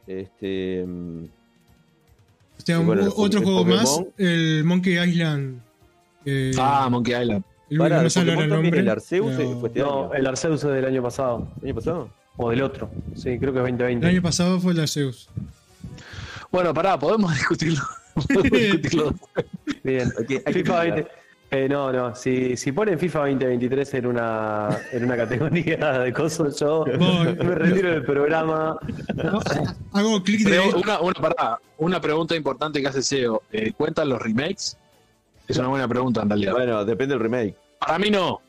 S4: Este. mm,
S3: O sea,
S4: Y
S3: un-
S4: bueno, el
S3: otro
S4: Poké-
S3: juego
S4: el
S3: más,
S4: Pokémon.
S3: el Monkey Island. eh,
S1: Ah, Monkey Island.
S3: el
S4: pará,
S3: único que
S4: el
S3: no sale
S4: Pokémon
S3: ahora el
S4: también,
S3: nombre.
S4: el Arceus, eh, fue este
S2: No,
S4: año.
S2: el Arceus es del año pasado.
S4: ¿El año pasado?
S2: O del otro. Sí, creo que es
S3: El
S2: 2020.
S3: año pasado fue el de Zeus.
S1: Bueno, pará, podemos [laughs] discutirlo. Podemos discutirlo.
S2: Bien.
S4: Hay [laughs] que- hay que
S2: FIFA
S4: mirar.
S2: 20. eh, no, no. Si, si ponen FIFA 2023 en una, en una categoría [laughs] de cosas,
S4: [laughs]
S2: yo
S3: Voy.
S2: me retiro del programa.
S3: [laughs] Hago clic
S1: Pero
S3: de
S1: una, una, pará, una pregunta importante que hace SEO. Eh, ¿Cuentan los remakes? Es una buena pregunta en realidad.
S4: Bueno, depende del remake.
S1: Para mí no.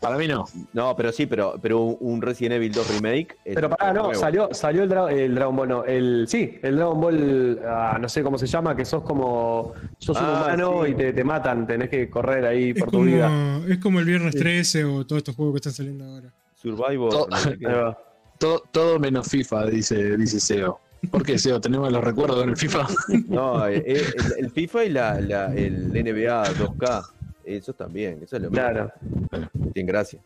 S1: Para mí no.
S4: No, pero sí, pero, pero un- un Resident Evil 2 remake. es
S2: Pero pará, no,
S4: nuevo.
S2: salió, salió el, dra- el Dragon Ball, no, el, sí, el Dragon Ball, ah, no sé cómo se llama, que sos como, sos un
S4: Ah,
S2: humano
S4: sí.
S2: y te, te matan, tenés que correr ahí
S3: es
S2: por tu vida.
S3: como, es como el viernes 13 o todos estos juegos que están saliendo ahora.
S4: Survivor.
S1: To-
S4: no sé qué.
S2: Ahí va.
S1: Todo, todo menos FIFA, dice, dice SEO. ¿Por qué SEO? Tenemos los recuerdos en el FIFA. [laughs]
S4: No, eh, eh, el, el FIFA y la, la- el NBA 2K. Esos también. Eso es lo mismo.
S2: Claro.
S4: Tienen gracia.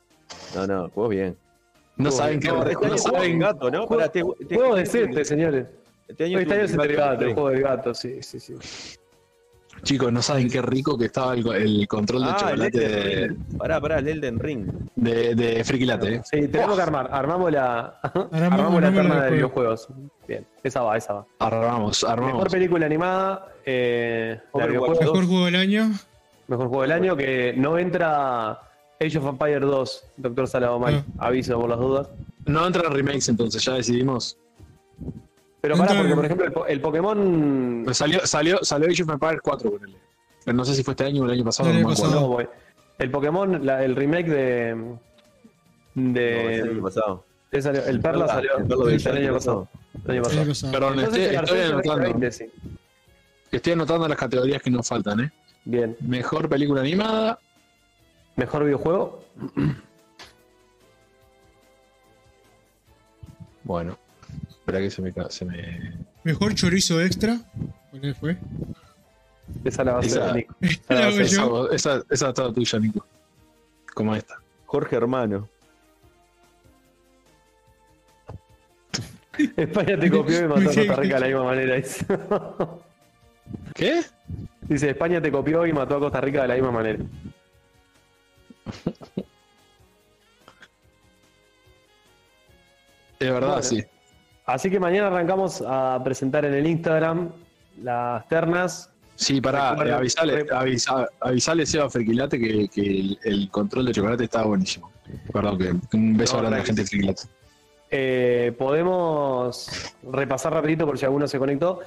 S4: No, no, juegos bien.
S1: No saben qué.
S4: No, este
S1: No
S4: año tuvo un
S1: saben.
S4: gato, ¿no? Pará, te- te-
S2: Juegos decentes, señores.
S4: Este año
S2: Este
S4: tuvo
S2: año
S4: un
S2: se el
S4: gato,
S2: gato, el juego del gato, sí, sí, sí.
S1: Chicos, no saben qué rico que estaba el, el control de
S4: Ah, el
S1: chocolate
S4: Elden
S1: de,
S4: Ring. Pará, pará, el Elden Ring.
S1: de, de Friki Latte, ¿eh?
S2: Sí, tenemos que armar, armamos la, [laughs] armamos la
S3: armamos
S2: terna
S3: la
S2: de
S3: juego.
S2: videojuegos. Bien, esa va, esa va.
S1: Armamos, armamos.
S2: Mejor película animada, eh, la de videojuegos.
S4: Overwatch dos.
S3: Mejor juego del año.
S2: Mejor juego del año que no entra Age of Empire 2, Doctor Saladomay. Aviso por las dudas.
S1: No entran remakes entonces, ya decidimos.
S2: Pero
S3: No
S2: pará,
S3: entra-
S2: porque por ejemplo el, po- el Pokémon.
S1: Pero salió, salió, salió Age of Empires 4, ponele. Pero no sé si fue este año o el año pasado.
S3: El año
S1: no me acuerdo.
S3: pasado.
S2: No, voy. El Pokémon, la- el remake de.
S4: No, el año
S2: de
S4: pasado.
S2: ese salió- el Perla Eh, salió.
S4: El Perla
S3: del
S2: el año pasado. El año
S3: el
S2: pasado.
S3: año pasado.
S1: Perdón,
S2: Entonces,
S1: estoy,
S2: el
S1: estoy
S2: Arcade
S1: anotando,
S2: 2020, sí.
S1: estoy anotando las categorías que nos faltan, ¿eh?
S2: Bien.
S1: Mejor película animada.
S2: Mejor videojuego.
S1: Bueno, espera que se me. ca- Se me...
S3: Mejor chorizo extra.
S1: [laughs]
S3: Poné, fue.
S2: Esa la va a
S1: Esa-
S2: hacer Nico. [laughs] Esa la va
S3: la
S2: a
S3: voy
S2: hacer.
S1: Esa,
S3: yo.
S1: vos- esa, esa está tuya, Nico. Como esta.
S4: Jorge Hermano.
S2: España te copió y mató a
S3: Sí.
S2: Costa Rica de la misma manera. dice. [laughs]
S1: ¿Qué?
S2: Dice, España te copió y mató a Costa Rica de la misma manera.
S1: Es verdad,
S2: Bueno.
S1: sí.
S2: Así que mañana arrancamos a presentar en el Instagram las ternas.
S1: Sí, pará,
S2: Recuerda-
S1: eh, avisale, avisa, avisale Seba Friquilate que, que el, el control de chocolate estaba buenísimo. Perdón, que un beso
S2: No,
S1: grande a la
S2: tranqui.
S1: gente de Friquilate. [laughs]
S2: Eh, podemos repasar rapidito por si alguno se conectó.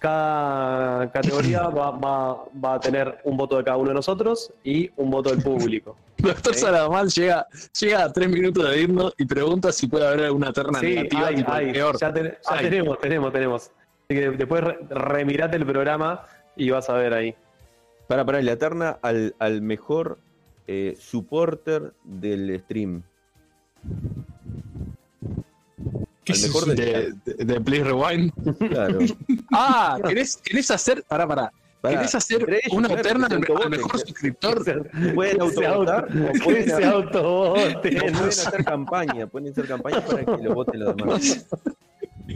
S2: Cada
S1: [clears throat]
S2: categoría va, va- va a tener un voto de cada uno de nosotros y un voto del
S1: [laughs]
S2: público.
S1: Doctor
S2: Sí.
S1: Salamal llega, llega a tres minutos de irnos y pregunta si puede haber alguna terna
S2: Sí,
S1: negativa
S2: hay,
S1: tipo el
S2: hay.
S1: peor.
S2: Ya, ten- ya
S1: Hay.
S2: tenemos, tenemos, tenemos. Así que después re- remirate el programa y vas a ver ahí.
S4: Para, para, la terna al, al mejor eh, supporter del stream.
S3: ¿Qué
S4: Al
S3: es
S4: mejor
S3: eso?
S1: De, de- de
S2: [laughs]
S1: Please Rewind. [laughs]
S4: Claro.
S1: Ah, ¿querés, querés hacer, pará, pará,
S4: Pará,
S1: ¿querés hacer
S4: entre ellos,
S1: una
S4: claro,
S1: terna
S4: que
S1: al,
S4: se
S1: al
S2: [laughs]
S4: autovoten,
S1: mejor
S4: que-
S1: suscriptor? [laughs]
S4: Pueden autovotar o
S2: Que
S4: pueden,
S2: se autobote. [laughs]
S4: o pueden hacer campaña. Pueden hacer campaña para que lo
S1: [laughs]
S4: voten los demás.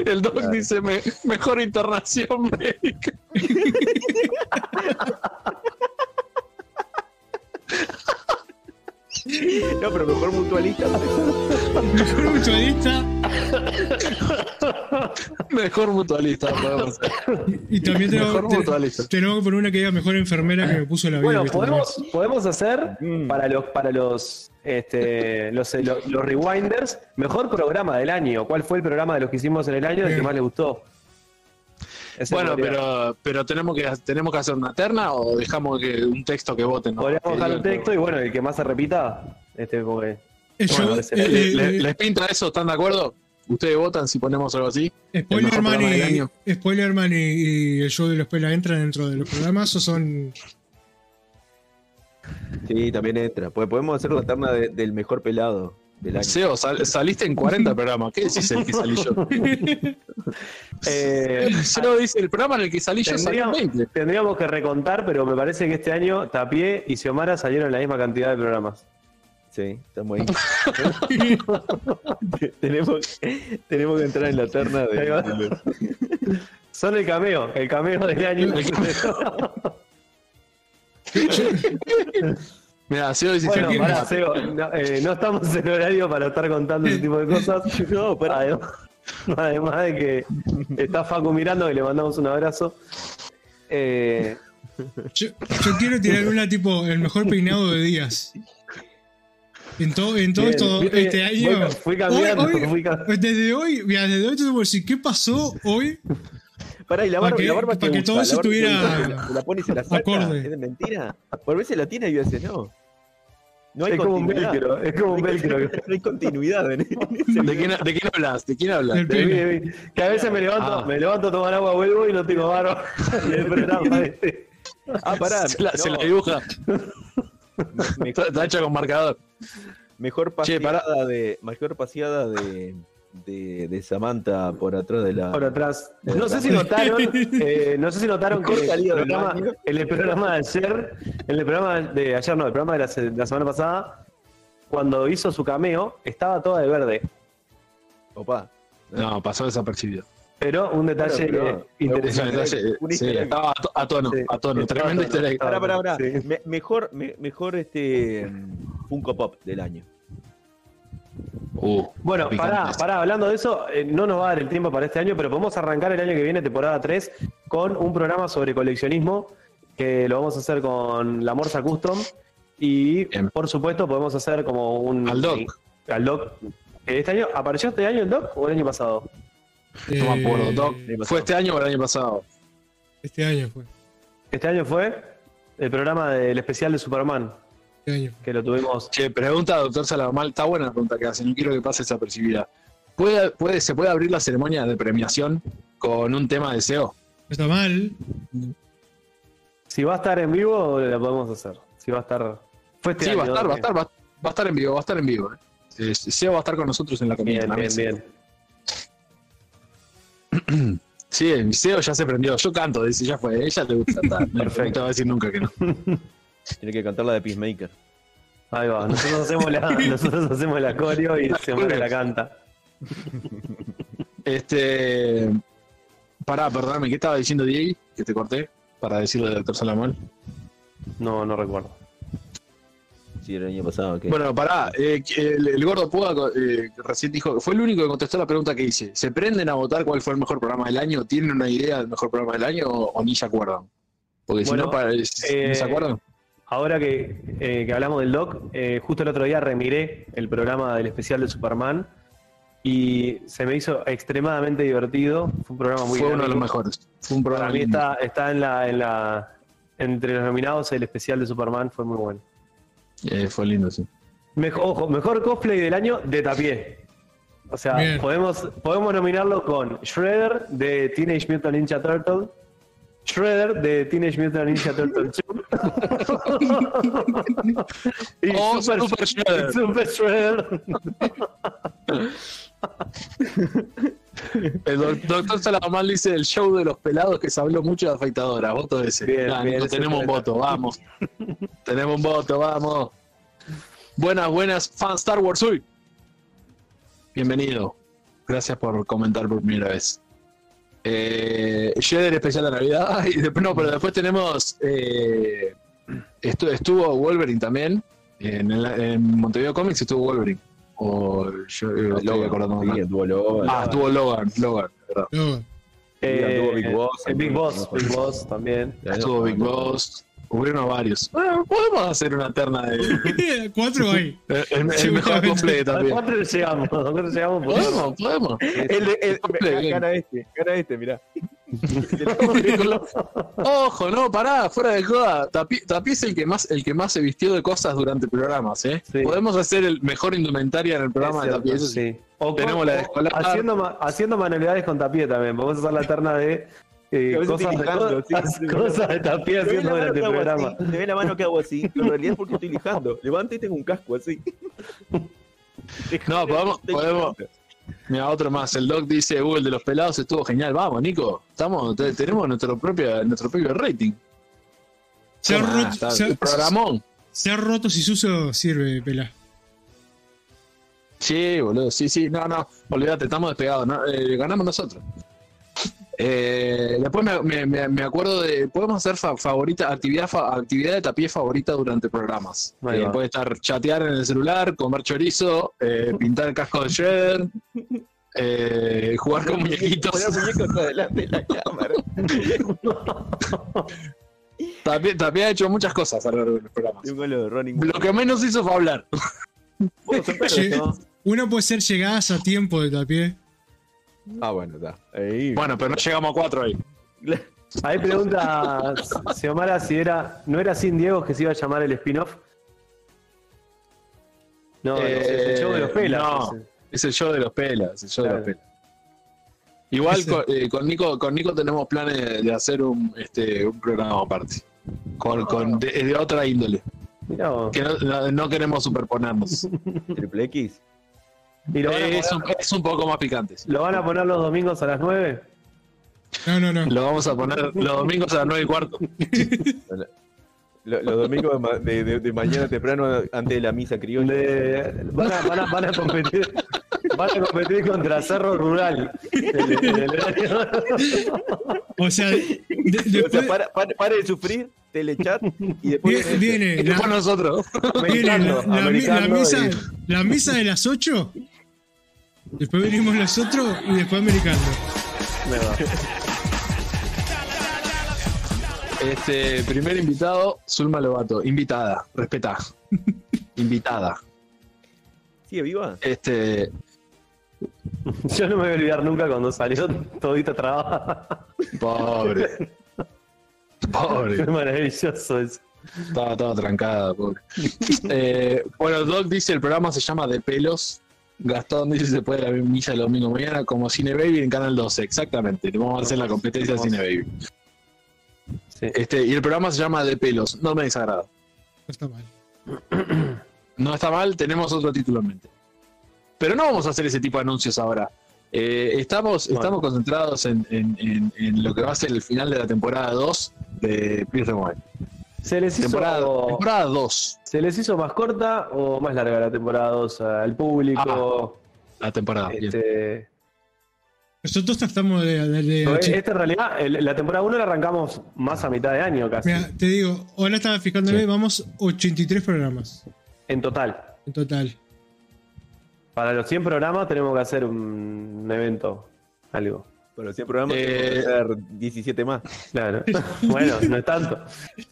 S1: El doc
S4: Claro.
S1: dice me- mejor internación médica.
S4: No, pero mejor mutualista.
S3: Mejor mutualista.
S1: Mejor [laughs] mutualista. podemos hacer.
S3: Y también tenemos,
S1: Mejor
S3: te-
S1: mutualista.
S3: tenemos que poner una que diga mejor enfermera que me puso la vida.
S2: Bueno,
S3: ¿viste?
S2: podemos, podemos hacer
S4: Mm.
S2: para los para los este, [laughs] los, eh, lo- los, rewinders, mejor programa del año. ¿Cuál fue el programa de los que hicimos en el año el que
S3: Bien.
S2: más les gustó? Ese
S1: Bueno,
S2: podría-
S1: pero, pero tenemos que tenemos que hacer una terna o dejamos que un texto que voten. ¿no?
S2: podríamos dejar
S1: Que
S2: un
S1: digan-
S2: texto y bueno, el que más se repita, este porque
S3: Eh, yo-
S2: Bueno,
S3: eh,
S2: ese-
S1: Le- le-
S3: eh,
S1: le-
S3: eh,
S1: ¿Les pinta eso? ¿Están de acuerdo? Ustedes votan si ponemos algo así. el mejor
S3: Spoilerman,
S1: programa del
S3: eh, y,
S1: año.
S3: Spoilerman y, y el show de los pelas entran dentro de los programas o son.
S4: Sí, también entra. Pues podemos hacer la terna de- del mejor pelado del año.
S1: Seo, sal- saliste en 40 programas. ¿Qué decís el que salí yo? [laughs]
S2: eh,
S1: Seo dice, el programa en el que salí yo salí en
S2: tendríamos,
S1: 20.
S2: tendríamos que recontar, pero me parece que este año Tapié y Xiomara salieron en la misma cantidad de programas.
S4: Sí, estamos ahí. [laughs] tenemos, tenemos que entrar en la terna
S2: Ahí va.
S4: de.
S2: Son el cameo, el cameo del año.
S1: Mira, Seo dice
S2: Bueno,
S1: que-
S2: pará, Seba, no, eh, no estamos en horario para estar contando ese tipo de cosas. No, Además, [laughs] además de que está Facu mirando, que le mandamos un abrazo. Eh,
S3: Yo, yo quiero tirar una tipo el mejor peinado de Díaz. En todo, en todo
S2: Bien,
S3: esto-
S2: viste,
S3: este
S2: voy-
S3: año.
S2: fui cambiando,
S3: Hoy- hoy-
S2: fui cambiando.
S3: desde hoy, mira, desde hoy te voy a decir qué pasó hoy.
S4: Pará, y la
S3: Pa'
S4: barba,
S3: que-
S4: y la barba
S3: pa' que
S4: gusta,
S3: todo
S4: la
S3: eso
S4: barba que te
S3: estuviera
S4: gusta, se la- se la pone y se la saca.
S3: acorde.
S4: Es de mentira. Por veces la tiene y a veces no. No hay
S2: es como un
S4: continuidad.
S2: velcro, es como un
S4: No hay-
S2: velcro.
S4: [laughs] No hay continuidad en, en ese
S1: [laughs] ¿De quién, ¿De quién hablas? ¿De quién hablas?
S3: Del
S1: De-
S3: pibe.
S2: Que a veces me levanto,
S1: Ah.
S2: me levanto a tomar agua, vuelvo y no tengo barba. [laughs] del programa este.
S4: Ah, pará.
S1: se, la, se la
S4: no,
S2: [laughs]
S1: dibuja. Está,
S4: mejor,
S1: está hecha con marcador.
S4: mejor
S1: Che, pará.
S4: paseada de. Mejor paseada de, de, de Samantha por atrás de la.
S2: por atrás. No sé si notaron, eh, no sé si notaron que
S4: Corta
S2: el
S4: lío del
S2: programa,
S4: baño.
S2: en el programa de ayer, en el programa de ayer no, el programa de la, se- la semana pasada, cuando hizo su cameo, estaba toda de verde.
S4: Opa.
S1: No, pasó desapercibido.
S2: pero un detalle
S4: Claro, pero-
S2: eh, interesante.
S1: Es un detalle,
S4: Un
S1: eh, sí,
S4: easter egg.
S1: estaba a, to- a tono,
S2: Sí,
S1: a tono.
S2: estaba
S1: Tremendo
S2: a tono.
S1: easter egg.
S4: Pará, pará, pará.
S2: Sí.
S4: Me- mejor, me- mejor este. mm, Funko Pop del año.
S1: Uh,
S2: Bueno,
S1: picante.
S2: pará, pará, hablando de eso, eh, no nos va a dar el tiempo para este año, pero podemos arrancar el año que viene, temporada 3, con un programa sobre coleccionismo, que lo vamos a hacer con la Morsa Custom. Y
S1: Bien.
S2: por supuesto podemos hacer como un
S1: Al doc.
S2: Al doc. Este año, ¿apareció este año el doc o el año pasado?
S1: No me acuerdo,
S3: Eh,
S1: Doc. ¿Fue este año o el año pasado?
S3: Este año fue.
S2: Este año fue el programa del especial de Superman,
S3: Este año.
S2: que lo tuvimos.
S1: Che, pregunta, doctor Salamal. Está buena la pregunta que hace. No quiero que pase desapercibida. ¿Puede, puede, ¿Se puede abrir la ceremonia de premiación con un tema de E SEO?
S3: No está mal.
S2: Si va a estar en vivo, la podemos hacer. Si va a estar. Fue este
S1: Sí, va a
S2: año,
S1: estar, va a
S2: doc.
S1: estar, va, va a estar en vivo, va a estar en vivo. eh. Eh, SEO va a estar con nosotros en la comida. en
S2: Bien,
S1: la
S2: bien,
S1: mesa.
S2: bien.
S1: Sí, el Seo ya se prendió. Yo canto, dice, ya fue. Ella le gusta.
S2: [laughs]
S1: está, no- No te
S2: Perfecto.
S1: va a decir nunca que no.
S4: Tiene que cantar la de Peacemaker.
S2: Ahí va, nosotros hacemos
S1: [laughs]
S2: la, nosotros hacemos la coreo y se muere la canta.
S1: Este. Pará, perdóname, ¿qué estaba diciendo Diego? Que te corté para decirle al doctor Salamón.
S2: No, no recuerdo.
S4: Sí, el año pasado. ok.
S1: Bueno, pará, eh, el, el gordo Puga eh, recién dijo, fue el único que contestó la pregunta que hice. ¿Se prenden a votar cuál fue el mejor programa del año? ¿Tienen una idea del mejor programa del año o, o ni se acuerdan? Porque
S2: Bueno,
S1: si no, para- si
S2: eh,
S1: no se acuerdan.
S2: Ahora que, eh, que hablamos del doc, eh, justo el otro día remiré el programa del especial de Superman y se me hizo extremadamente divertido. Fue un programa muy
S1: Fue uno de los
S2: dinámico.
S1: mejores. Fue un programa
S2: Para mí
S1: lindo.
S2: está, está en la, en la entre los nominados el especial de Superman fue muy bueno.
S1: Eh, fue lindo, sí.
S2: Mejor, ojo, mejor cosplay del año de Tapié. O sea,
S3: Bien.
S2: podemos, podemos nominarlo con Shredder de Teenage Mutant Ninja Turtle. Shredder de Teenage Mutant Ninja Turtle [laughs] 2. y
S1: Oh,
S2: Super,
S1: Super Shredder.
S2: y Super Shredder.
S1: El doc- doctor Salamán dice el show de los pelados que se habló mucho de afeitadora. Voto ese.
S2: Bien,
S1: Ya,
S2: bien,
S1: Nico,
S2: ese
S1: tenemos un
S2: fue.
S1: voto,
S2: [laughs]
S1: vamos. tenemos un voto, vamos. Buenas, buenas, fan Star Wars. Uy. Bienvenido. Gracias por comentar por primera vez. Eh, Shredder especial de Navidad. [laughs] Ay, de- no, pero después tenemos. eh, estu- estuvo Wolverine también. En, el- en Montevideo Comics estuvo Wolverine. O yo eh,
S4: Logan,
S1: estoy acordando
S4: sí,
S1: mal.
S4: estuvo Logan.
S1: Ah, estuvo Logan, Logan, verdad.
S3: No,
S4: Sí, anduvo Big Boss,
S2: eh, Big
S4: anduvo-
S2: Boss, Big Boss también.
S1: Estuvo Big Boss. Hubieron varios. Bueno, podemos hacer una terna de.
S3: [laughs] Cuatro hay.
S1: El, el
S3: Sí,
S1: mejor
S3: obviamente.
S1: cosplay
S2: ¿A
S1: también.
S2: cuánto llegamos? ¿A cuánto llegamos?
S1: [laughs] Podemos, podemos.
S4: El de- el-
S1: Cosplay,
S4: gana este, gana este, mirá. [laughs]
S1: Ojo, no, pará, fuera de joda. Tapi, Tapi es el que más, el que más se vistió de cosas durante programas, ¿eh?
S2: Sí.
S1: Podemos hacer el mejor indumentaria en el programa de
S2: Es
S1: Tapi.
S2: cierto,
S1: eso sí.
S2: sí. O
S1: Tenemos
S2: con-
S1: la de
S2: o
S1: escolar.
S2: Haciendo, ma- haciendo manualidades con tapié también. Vamos a hacer la terna de eh,
S4: A veces
S2: cosas, de,
S4: tirijando,
S2: co-
S4: sí, sí,
S2: cosas de tapié
S4: Te ve,
S2: haciendo
S4: la mano
S2: durante
S4: que
S2: el
S4: hago
S2: programa.
S4: así, te ve la mano que hago así, pero en realidad es porque estoy lijando. Levanto y tengo un casco así.
S1: No, podemos, podemos. Mira, otro más. El Doc dice, uh, el de los pelados estuvo genial. Vamos, Nico. Estamos, te- tenemos nuestro propio, nuestro propio rating.
S3: Se ha
S1: Toma,
S3: roto-
S1: está-
S3: se ha-
S1: programón.
S3: Se ha roto si su uso sirve, pela.
S1: Sí, boludo, sí, sí, no, no, olvídate, estamos despegados, no, eh, ganamos nosotros. Eh, después me, me- me- me acuerdo de. Podemos hacer fa- favorita, actividad, fa- actividad de tapié favorita durante programas.
S2: Ahí
S1: Eh,
S2: va.
S1: puede estar chatear en el celular, comer chorizo, eh, pintar el casco de Shredder, eh, jugar con muñequitos.
S4: Poner muñecos adelante de la cámara.
S1: Tapié, Tapié ha hecho muchas cosas a lo largo de los programas.
S4: De un gol de Ronnie.
S1: Lo que menos hizo fue hablar.
S4: Bueno, son perros, ¿no?
S3: Una puede ser llegadas a tiempo de tapié.
S4: Ah, bueno, está. Ahí.
S1: Bueno, pero no llegamos a cuatro ahí.
S2: Ahí pregunta [laughs] Xiomara si era. ¿No era sin Diego que se iba a llamar el spin-off? No,
S1: Eh,
S2: es el show de los pelas.
S1: no.
S2: ese.
S1: Es el show de los pelas, es el show
S2: Claro.
S1: de los pelas. Igual
S3: Ese.
S1: con, eh, con Nico, con Nico tenemos planes de, de hacer un, este, un programa aparte. Con, con- de, de otra índole.
S2: Mirá vos.
S1: Que no, no- no queremos superponernos.
S4: Triple X.
S2: ¿Y [laughs] lo van, a
S1: Eh,
S2: poner,
S1: es, un, es un poco más picante. sí.
S2: lo van a poner los domingos a las 9?
S3: No, no, no.
S1: Lo vamos a poner los domingos a las 9
S2: [laughs]
S1: y cuarto.
S4: Lo- Los domingos de ma- de, de- de mañana
S1: [laughs]
S4: temprano, antes de la misa criolla.
S2: De- van, a, van a- van a competir. [laughs] Van a competir contra Cerro Rural. El- el- el-
S3: O sea, de-
S4: O sea,
S3: después
S4: para, para, para de sufrir, telechat y después.
S3: vi- viene,
S1: Y después
S3: la,
S1: nosotros.
S3: viene la-
S2: americano,
S3: la mi- la
S2: americano
S3: misa,
S2: y-
S3: la misa de las 8. Después venimos nosotros y después americano.
S2: Me va.
S1: Este, primer invitado, Zulma Lobato. Invitada, respetá. Invitada.
S4: ¿Sigue viva?
S1: Este,
S2: [laughs] Yo no me voy a olvidar nunca cuando salió todita trabada.
S1: pobre.
S2: [laughs]
S1: Pobre.
S2: Qué [laughs] maravilloso eso.
S1: Estaba toda trancada, pobre. Eh, bueno, Doc dice: el programa se llama De Pelos. Gastón dice: se puede la misa el domingo mañana, como Cine Baby en Canal 12. Exactamente, le vamos a hacer la competencia a Cine Baby.
S2: Sí.
S1: Este, y el programa se llama De Pelos. No me desagrada.
S3: No está mal.
S1: No está mal, tenemos otro título en mente. Pero no vamos a hacer ese tipo de anuncios ahora. Eh, estamos,
S2: Bueno.
S1: estamos concentrados en, en- en- en lo que va a ser el final de la temporada 2 de Please Rewind.
S2: ¿Se les hizo
S1: Temporada, temporada 2.
S2: ¿Se les hizo más corta o más larga la temporada 2 al público?
S1: La temporada. ah, bien.
S2: Este,
S3: Nosotros tratamos de. de- de-
S2: porque esta en realidad, el- la temporada 1 la arrancamos más a mitad de año casi,
S3: Mira, te digo, ahora estaba fijándome,
S1: Sí.
S3: vamos 83 programas
S2: en total.
S3: en total.
S2: Para los 100 programas tenemos que hacer un, un evento, algo.
S4: Bueno, si el programa
S1: Eh,
S4: tenemos que hacer 17 más.
S2: Claro. bueno, no es tanto.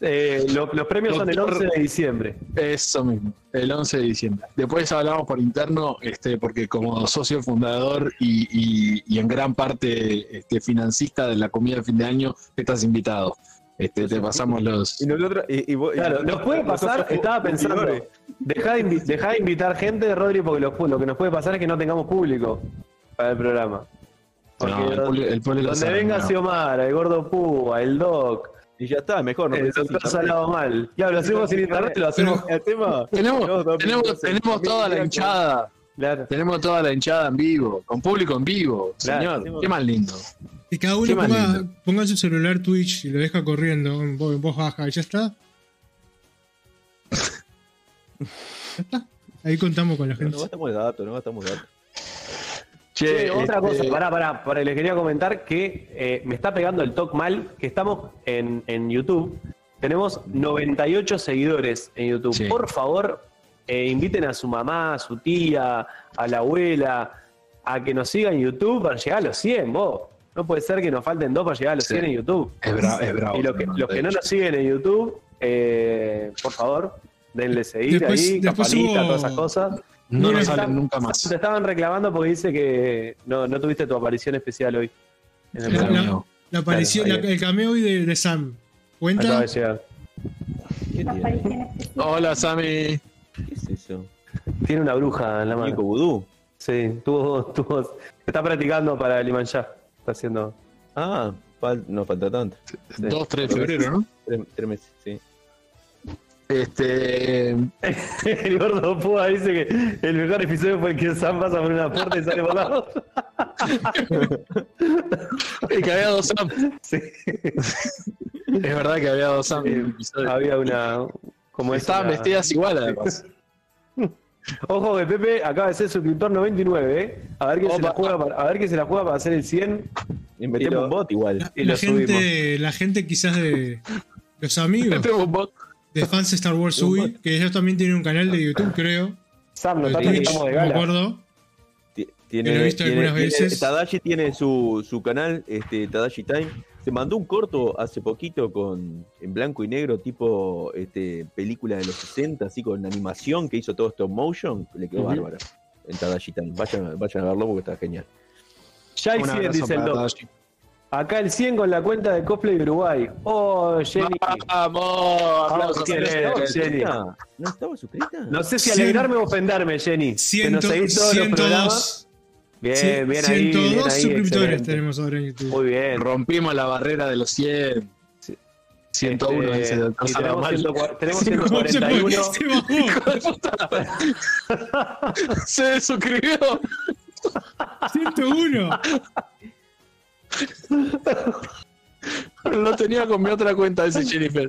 S2: Eh, lo- los premios son el
S1: Doctor-
S2: 11 de diciembre.
S1: Eso mismo, el 11 de diciembre. Después hablamos por interno, este, porque como socio fundador y, y- y en gran parte este, financista de la comida de fin de año, estás invitado. Este, te pasamos los...
S4: Y nosotros. Y, y vos- y
S2: Claro,
S4: nosotros-
S2: nos puede pasar,
S4: nosotros-
S2: estaba pensando, dejá de, invi- dejá de invitar gente, Rodri, porque lo, lo que nos puede pasar es que no tengamos público para el programa. Porque
S1: No, el
S2: donde-
S1: público- el público
S2: donde
S1: sabe,
S2: venga
S1: no.
S2: Xiomara, el gordo Púa, el Doc,
S4: Y ya está, mejor.
S2: el
S4: pensás
S2: doctor
S4: en llamar.
S2: Salado Mal. Claro, lo hacemos sin internet, lo hacemos.
S4: El tema.
S1: Tenemos,
S4: No, no,
S1: tenemos,
S4: no, no,
S1: tenemos
S4: no,
S1: toda
S4: no,
S1: la
S4: no,
S1: hinchada,
S2: Claro.
S1: tenemos toda la hinchada en vivo, con público en vivo,
S2: Claro,
S1: señor.
S4: tenemos-
S1: Qué más lindo.
S3: Que cada
S1: Qué
S3: uno
S1: más
S3: ponga, ponga su celular Twitch y lo deja corriendo en vo- en voz baja y
S2: [laughs]
S3: ya está. Ya está. Ahí contamos con la
S4: No,
S3: gente.
S4: no gastamos datos, no gastamos datos.
S2: Che, otra
S1: este,
S2: cosa, pará, pará, pará, les quería comentar que eh, me está pegando el talk mal, que estamos en, en YouTube, tenemos 98 seguidores en YouTube.
S1: Sí.
S2: Por favor, eh, inviten a su mamá, a su tía, a la abuela, a que nos sigan en YouTube para llegar a los 100, vos. No puede ser que nos falten dos para llegar a los
S1: Sí.
S2: 100 en YouTube.
S1: Es bravo, es bravo.
S2: Y los que, los que no nos siguen en YouTube, eh, por favor, denle seguir
S3: Después-
S2: ahí,
S3: después
S2: campanita,
S3: hubo-
S2: todas esas cosas.
S1: No nos
S3: Miren,
S1: salen
S2: están-
S1: nunca más.
S2: Te estaban reclamando porque dice que no, no tuviste tu aparición especial hoy. En el
S3: La-
S2: programa.
S1: no.
S3: La aparición,
S2: Claro, ahí
S3: la- el cameo hoy de, de Sam.
S2: Acaba
S3: ¿Cuenta?
S2: de llegar.
S4: ¿Qué tiene?
S5: aparición especial.
S1: Hola, Sammy.
S4: ¿Qué es eso?
S2: Tiene una bruja en la
S4: Muñeco
S2: mano.
S4: vudú.
S2: Sí, tuvo, tuvo- Está practicando para el Imanjá. Está haciendo. [laughs]
S4: Ah, fal- no falta tanto.
S1: 2, 3 de febrero, ¿no?
S4: Tres, tres meses, sí.
S1: Este,
S2: El gordo Púa dice que el mejor episodio fue el que Sam pasa por una puerta y sale por la
S1: [laughs]
S2: otra.
S1: Y que había dos Sam.
S2: Sí.
S1: [laughs]
S2: Eh,
S1: Es verdad que había dos Sam. en el episodio.
S2: Había una. Como es
S1: Estaban
S2: una-
S1: vestidas igual, además.
S2: Ojo que Pepe acaba de ser suscriptor 99, ¿eh? A ver quién se la
S1: Opa.
S2: juega para, a ver quién se la juega para hacer el 100
S4: Y metemos
S2: lo-
S4: un bot igual.
S3: La,
S2: Y
S3: la
S2: lo
S3: gente, la gente quizás de
S2: [laughs]
S1: [laughs]
S3: los amigos
S1: Metemos un bot.
S3: de fans de Star Wars UI, que ellos también tienen un canal de YouTube, creo.
S2: Sam,
S3: de
S2: notaste que
S3: Twitch,
S2: estamos
S3: no
S2: de
S3: me
S2: gala.
S3: acuerdo.
S4: Ti-
S3: Que lo he
S4: Tiene,
S3: visto
S4: tiene,
S3: algunas
S4: tiene-
S3: veces.
S4: Tadashi tiene su, su canal, este, Tadashi Time. Se mandó un corto hace poquito con en blanco y negro, tipo este, película de los 60, así con animación que hizo todo stop motion. Le quedó
S2: Ujú.
S4: bárbaro en Tadashi Time. Vayan, vayan a verlo porque está genial.
S2: Ya hay
S1: Un
S2: 100,
S1: abrazo
S2: dice el
S1: para
S2: doc.
S1: Tadashi.
S2: Acá el 100 con la cuenta de cosplay de Uruguay. Oh, Jenny.
S1: Vamos, aplausos. Este,
S2: tiene-
S4: ¿Estaba
S2: sí.
S4: suscrita? ¿No estaba suscrita?
S2: No sé si
S3: 100.
S2: alegrarme o ofendarme, Jenny. que nos seguís todos los programas.
S3: 102,
S2: Bien,
S3: cien-
S2: bien ahí.
S3: 102
S2: bien ahí,
S3: suscriptores
S2: excelente.
S3: tenemos ahora en [laughs] YouTube.
S2: Muy bien.
S1: Rompimos la barrera de los 100. 101
S2: Este,
S1: dice el doctor
S2: y tenemos,
S1: Salamal.
S2: 104 tenemos
S3: ¿Cómo se fue?
S2: 141.
S3: Se bajó.
S1: Hijo de puta. [laughs] Se desuscribió.
S3: 101.
S1: Lo tenía con mi otra
S2: [laughs]
S1: cuenta ese Jennifer.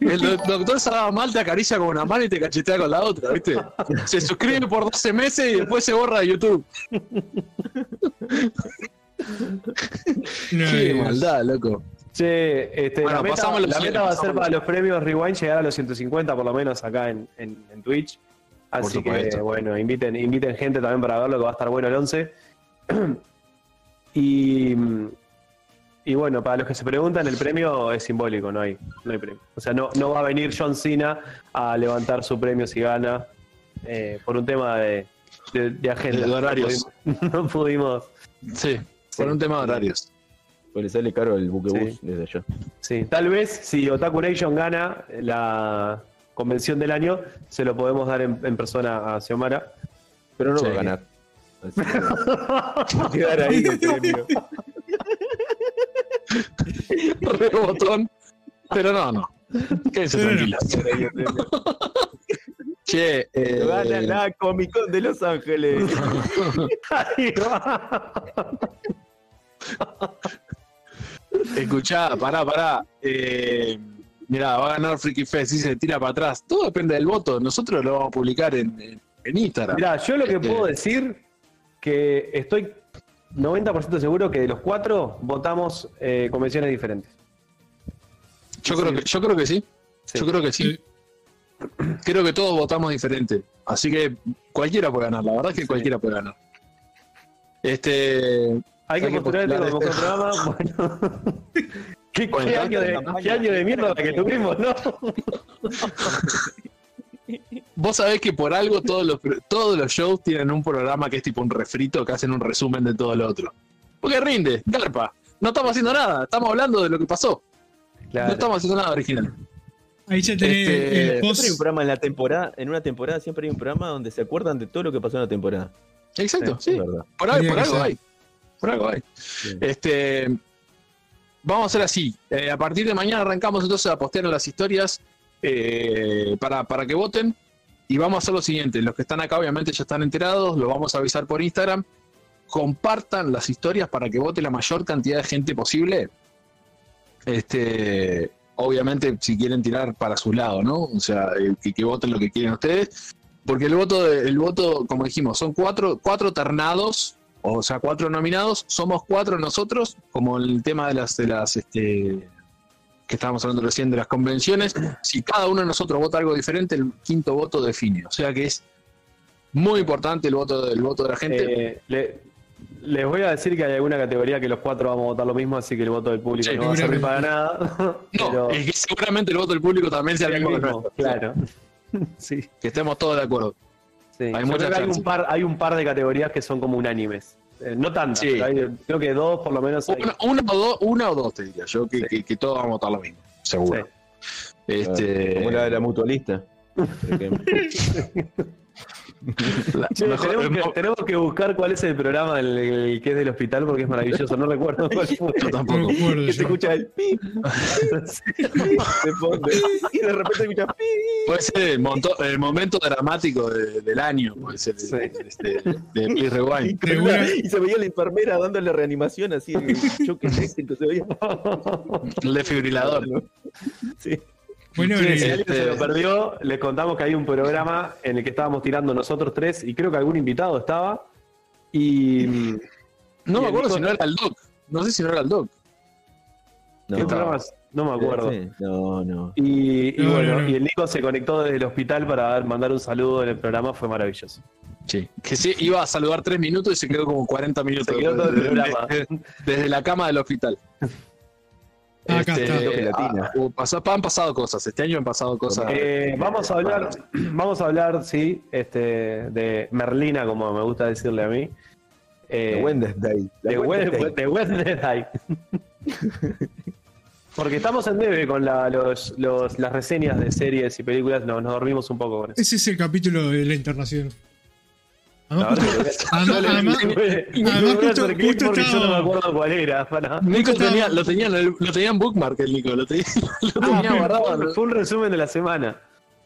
S1: El do- doctor Salamal te acaricia con una mano y te cachetea con la otra, ¿viste? Se suscribe por 12 meses y después se borra de YouTube.
S3: No,
S1: Qué
S3: Dios.
S1: maldad, loco.
S2: Che, este,
S1: Bueno,
S2: la meta,
S1: pasamos los
S2: la
S1: 100,
S2: meta va a ser
S1: pasamos
S2: para
S1: los
S2: los premios Rewind llegar a los 150 por lo menos acá en, en- en Twitch. Así que
S1: supuesto.
S2: bueno, inviten, inviten gente también para verlo que va a estar bueno el 11. [clears throat] Y, y bueno, para los que se preguntan, el premio es simbólico, no hay, no hay premio. O sea, no, no va a venir John Cena a levantar su premio si gana eh, por un tema de, de, de agenda.
S1: De horarios.
S2: No pudimos- [laughs] no pudimos
S1: Sí, por un tema de horarios. [laughs]
S4: Pues le sale caro el buquebús
S2: Sí.
S4: desde allá.
S2: Sí, tal vez si Otaku Nation gana la convención del año, se lo podemos dar en, en persona a Xiomara.
S4: Pero no
S1: Sí.
S4: va a ganar. Así que [laughs]
S2: [laughs]
S4: va a quedar ahí el premio.
S1: Rebotón. Pero no, no. Quédense
S3: Pero no.
S1: tranquilos. Che, eh,
S4: Gana la Comic Con de Los Ángeles.
S2: Ahí va.
S1: Escuchá, pará, pará. Eh, mirá, va a ganar Freaky Fest y se tira para atrás. Todo depende del voto. Nosotros lo vamos a publicar en, en- en Instagram.
S2: Mirá, yo lo que puedo decir que estoy 90% seguro que de los cuatro votamos eh, convenciones diferentes.
S1: yo, creo que, yo creo que sí.
S2: Sí.
S1: Yo creo que sí.
S3: Sí.
S1: Creo que todos votamos diferente. Así que cualquiera puede ganar. La verdad es que cualquiera puede ganar. Este.
S2: Hay que
S1: Hay que
S2: postular el
S1: postular
S2: mejor programa. Bueno. ¿Qué, qué
S1: Bueno,
S2: año de,
S1: campaña.
S2: qué año de mierda que tuvimos, ¿no?
S1: Vos sabés que por algo todos los, todos los shows tienen un programa que es tipo un refrito, que hacen un resumen de todo lo otro. Porque rinde, garpa. No estamos haciendo nada, estamos hablando de lo que pasó. No
S2: Claro.
S1: estamos haciendo nada original.
S3: Ahí ya tenés
S1: Este,
S3: el
S4: Siempre hay un
S3: post.
S4: programa en la temporada, en una temporada siempre hay un programa donde se acuerdan de todo lo que pasó en la temporada.
S1: Exacto,
S4: Es
S1: sí.
S4: verdad.
S1: Por, algo-
S3: Tenía
S1: por
S3: que
S1: algo
S3: ser.
S1: hay. Por algo hay.
S4: Bien.
S1: Este, vamos a hacer así. Eh, a partir de mañana arrancamos entonces a postear en las historias eh, para, para que voten. Y vamos a hacer lo siguiente. Los que están acá obviamente ya están enterados. Lo vamos a avisar por Instagram. Compartan las historias para que vote la mayor cantidad de gente posible. Este, obviamente si quieren tirar para su lado, ¿no? O sea, eh, que, que voten lo que quieren ustedes. Porque el voto, de- el voto, como dijimos, son cuatro, cuatro ternados o sea, cuatro nominados, somos cuatro nosotros, como el tema de las, de las este, que estábamos hablando recién de las convenciones, si cada uno de nosotros vota algo diferente, el quinto voto define. O sea que es muy importante el voto, el voto de la gente.
S2: Eh, le- les voy a decir que hay alguna categoría que los cuatro vamos a votar lo mismo, así que el voto del público
S1: Sí,
S2: no va a servir
S3: seguramente.
S2: para nada. [laughs]
S1: no,
S2: pero
S1: es que seguramente el voto del público también sea
S2: es
S1: el mismo que el nuestro.
S2: claro. [laughs] sí,
S1: Que estemos todos de acuerdo.
S2: sí. Yo
S1: muchas
S2: creo que Hay,
S1: chances.
S2: un par, hay un par de categorías que son como unánimes. Eh, no tantas,
S1: Sí.
S2: pero hay- creo que dos por lo menos. hay.
S1: Una, una o dos, una o dos, te diría yo, que, que- que todos vamos a votar lo mismo, seguro.
S2: Sí.
S1: Este,
S4: Como la de la mutualista. por ejemplo.
S1: la-
S2: Che,
S1: mejor-
S2: tenemos, que, tenemos que buscar cuál es el programa el, el que es del hospital porque es maravilloso. No recuerdo cuál fue.
S1: [laughs] yo
S3: No
S1: tampoco.
S3: me acuerdo.
S4: Que [laughs] se
S3: yo.
S4: escucha el pi, pi, de fondo. Y [laughs] de repente se escucha pi.
S1: Puede ser el, monto- el momento dramático de- del año, puede ser
S2: Sí.
S1: este, de Please
S2: [laughs]
S4: Y,
S1: Rewind.
S4: con la- y se veía la enfermera dándole reanimación así, el choque eléctrico, se veía.
S2: [laughs]
S1: El desfibrilador.
S4: Sí.
S3: Bueno,
S2: Sí,
S3: eh,
S2: si alguien se
S1: Este-
S2: lo perdió, les contamos que hay un programa en el que estábamos tirando nosotros tres y creo que algún invitado estaba. Y mm,
S1: No
S2: Y
S1: me
S2: el
S1: acuerdo
S2: hijo-
S1: si no era el Doc. No sé si no era el Doc.
S4: No,
S2: ¿Qué programas? No me acuerdo.
S4: Sí, No, no.
S2: Y, y
S3: No,
S2: bueno,
S3: no, no.
S2: y el Nico se conectó desde el hospital para mandar un saludo en el programa, fue maravilloso.
S1: Sí. Que sí, iba a saludar tres minutos y se quedó como 40 minutos.
S2: Se quedó todo el
S1: desde,
S2: programa.
S1: desde- desde la cama del hospital. Este,
S3: Ah, acá está.
S4: Gelatina.
S1: ah, pasó- han pasado cosas. Este año han pasado cosas.
S2: Eh, vamos a hablar, [clears throat] vamos a hablar, sí, este, de Merlina, como me gusta decirle a mí. Eh,
S4: The Wednesday. La
S2: de Wednesday. de Wednesday. [laughs] Porque estamos en debe con la- los- los- las reseñas de series y películas, no, nos dormimos un poco con eso.
S3: Ese es el capítulo de la internación. Además,
S2: La verdad [laughs]
S3: además- además-
S2: que-
S3: además
S2: voy a
S3: justo-
S2: hacer clic
S3: justo
S2: porque yo no me
S3: estaba-
S2: acuerdo cuál era. para-
S1: Nico
S3: estaba-
S1: tenía, lo, tenía en el- lo tenía en bookmark el Nico. Lo tenía, [laughs] lo
S2: Ah,
S1: tenía guardado.
S2: fue- fue un resumen de la semana.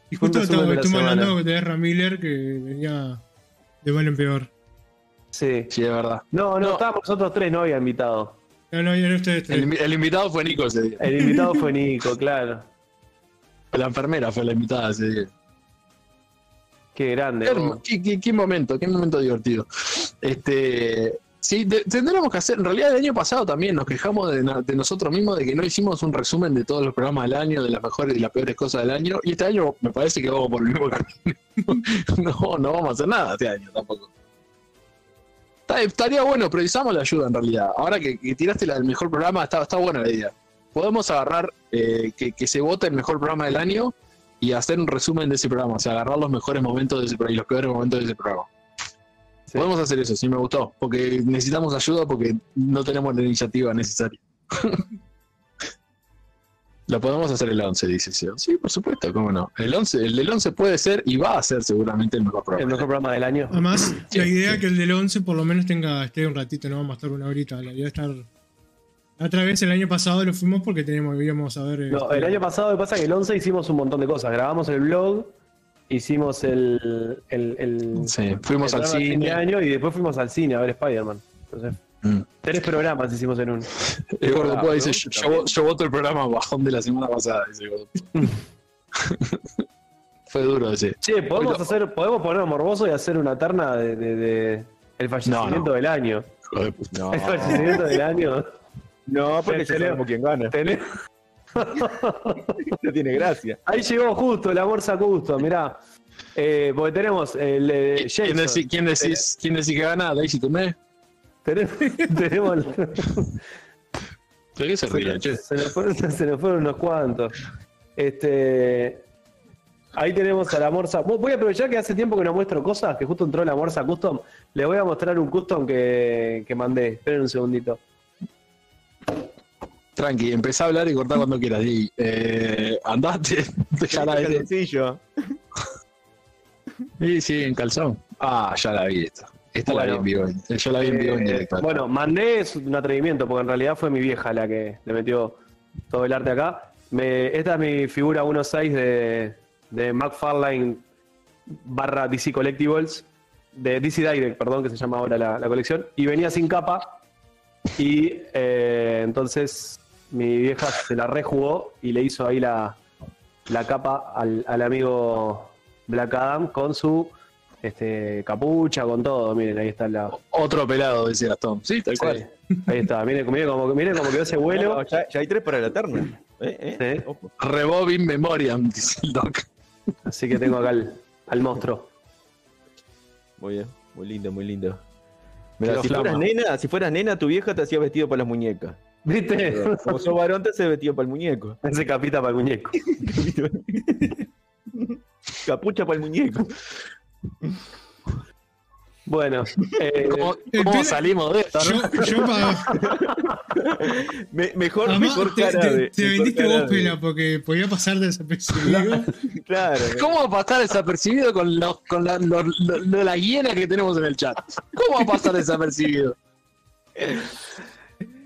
S3: y
S2: fue un
S3: justo
S2: resumen
S3: estaba-
S2: de la
S3: estuvimos
S2: semana.
S3: hablando de Ezra Miller que venía de mal en peor.
S2: Sí.
S1: Sí, es verdad.
S2: No, no,
S1: No.
S2: estábamos nosotros tres, no había invitado.
S3: No, no, eran ustedes tres.
S1: El, invi- el invitado fue Nico ese día.
S2: El invitado
S3: [laughs]
S2: fue Nico, claro.
S1: La enfermera fue la invitada ese día.
S2: Qué grande.
S1: Qué,
S2: vos.
S1: hermo- qué- qué- qué momento, qué momento divertido. Este, sí, de- tendremos que hacer. En realidad, el año pasado también nos quejamos de, na- de nosotros mismos de que no hicimos un resumen de todos los programas del año, de las mejores y las peores cosas del año. Y este año me parece que vamos por el mismo [laughs] camino. no, no vamos a hacer nada este año tampoco. Está- Estaría bueno, precisamos la ayuda en realidad. Ahora que, que tiraste la del mejor programa, está, está buena la idea. Podemos agarrar eh, que, que se vote el mejor programa del año y hacer un resumen de ese programa, o sea, agarrar los mejores momentos de ese pro- y los peores momentos de ese programa.
S2: Sí.
S1: Podemos hacer eso, sí me gustó, porque necesitamos ayuda porque no tenemos la iniciativa necesaria. [laughs] Lo podemos hacer el 11, dice Sion. Sí, por supuesto, cómo no. El 11, el del 11 puede ser y va a ser seguramente el mejor
S2: El
S1: programa.
S2: mejor programa del año.
S3: Además, la
S1: Sí,
S3: idea
S1: sí.
S3: que el del 11 por lo menos tenga esté un ratito, no vamos a estar una horita. La idea es estar. La otra vez el año pasado lo fuimos porque teníamos, íbamos a ver. eh,
S2: No, el año pasado, me pasa que el 11 hicimos un montón de cosas. Grabamos el blog, hicimos el. el, el-
S1: Sí, fuimos
S2: el
S1: al
S2: programa de fin de
S1: cine.
S2: año y después fuimos al cine a ver Spider-Man. Entonces,
S1: Mm.
S2: tres programas hicimos en uno.
S1: El gordo
S4: Ah,
S1: Púa
S4: ¿no?
S1: dice, yo, yo vo- yo voto el programa bajón de la semana pasada, dice el gordo Púa. [laughs] Fue duro ese.
S2: Che, podemos
S1: Hoy lo-
S2: hacer, podemos ponernos morbosos y hacer una terna de, de- de el fallecimiento
S1: No, no.
S2: del año.
S1: hijo de puta.
S4: [laughs] No,
S2: El fallecimiento del
S1: [laughs]
S2: año.
S4: no, porque ya
S2: Tenemos-
S4: sabemos quién gana.
S2: Tenés-
S4: No tiene gracia.
S2: Ahí llegó justo, el amor sacó gusto, mirá. Eh, porque tenemos el eh,
S1: ¿Quién,
S2: Jason.
S1: decí- quién decís, quién decís que gana? Daisy Tomé.
S2: Tenemos, [laughs] tenemos el-
S1: ¿Pero qué se ríe, che?
S2: se, nos fueron, [laughs] se nos fueron unos cuantos. Este, ahí tenemos a la Morsa. Vo- Voy a aprovechar que hace tiempo que no muestro cosas, que justo entró la Morsa Custom. Les voy a mostrar un custom que, que mandé. Esperen un segundito.
S1: Tranqui, empezá a hablar y cortá cuando quieras. Y, eh, andate, [laughs] ya la vi.
S4: calzoncillo.
S1: Sí, sí, en calzón. Ah, ya la vi esta. Esta la
S2: Bueno.
S1: vi en vivo. eh, Yo la vi en vivo en
S2: Eh,
S1: directo.
S2: bueno, mandé es un atrevimiento, porque en realidad fue mi vieja la que le metió todo el arte acá. Me- esta es mi figura 1.6 de, de McFarlane barra DC Collectibles, de DC Direct, perdón, que se llama ahora la, la colección, y venía sin capa. Y eh, entonces mi vieja se la rejugó y le hizo ahí la, la capa al, al amigo Black Adam con su este, capucha, con todo. Miren, ahí está la,
S1: Otro pelado, decía Gastón. Sí, tal cual.
S2: Sí. Ahí está, miren miren cómo, miren cómo quedó ese vuelo.
S4: No, ya, ya hay tres para la terna. ¿Eh? ¿Eh?
S2: Sí.
S4: Ojo.
S1: Rebobin Memoriam, dice el doc.
S2: Así que tengo acá al, al monstruo.
S4: Muy bien. Muy lindo, muy lindo. Mirá,
S1: Quedó
S4: si
S1: flama.
S4: fueras nena, si fueras nena, tu vieja te hacía vestido para las muñecas.
S2: ¿Viste?
S4: [laughs] Como sos varón, te hace vestido para el [laughs] muñeco.
S2: [laughs] Ese capita para el muñeco.
S4: Capucha para el muñeco.
S2: Bueno, eh,
S1: ¿Cómo,
S3: el
S1: cómo
S3: pibe-
S1: salimos de esto? no?
S3: Yo, yo pa-
S4: Me- mejor,
S3: además,
S4: mejor
S3: te,
S4: cara
S3: te-
S4: de.
S3: te
S4: mejor
S3: vendiste
S4: cara
S3: vos,
S4: de-
S3: Pela, porque podía pasar desapercibido.
S4: Claro.
S1: ¿Cómo va a pasar desapercibido con, los- con la, lo- lo- lo- la hiena que tenemos en el chat? ¿Cómo va a pasar desapercibido?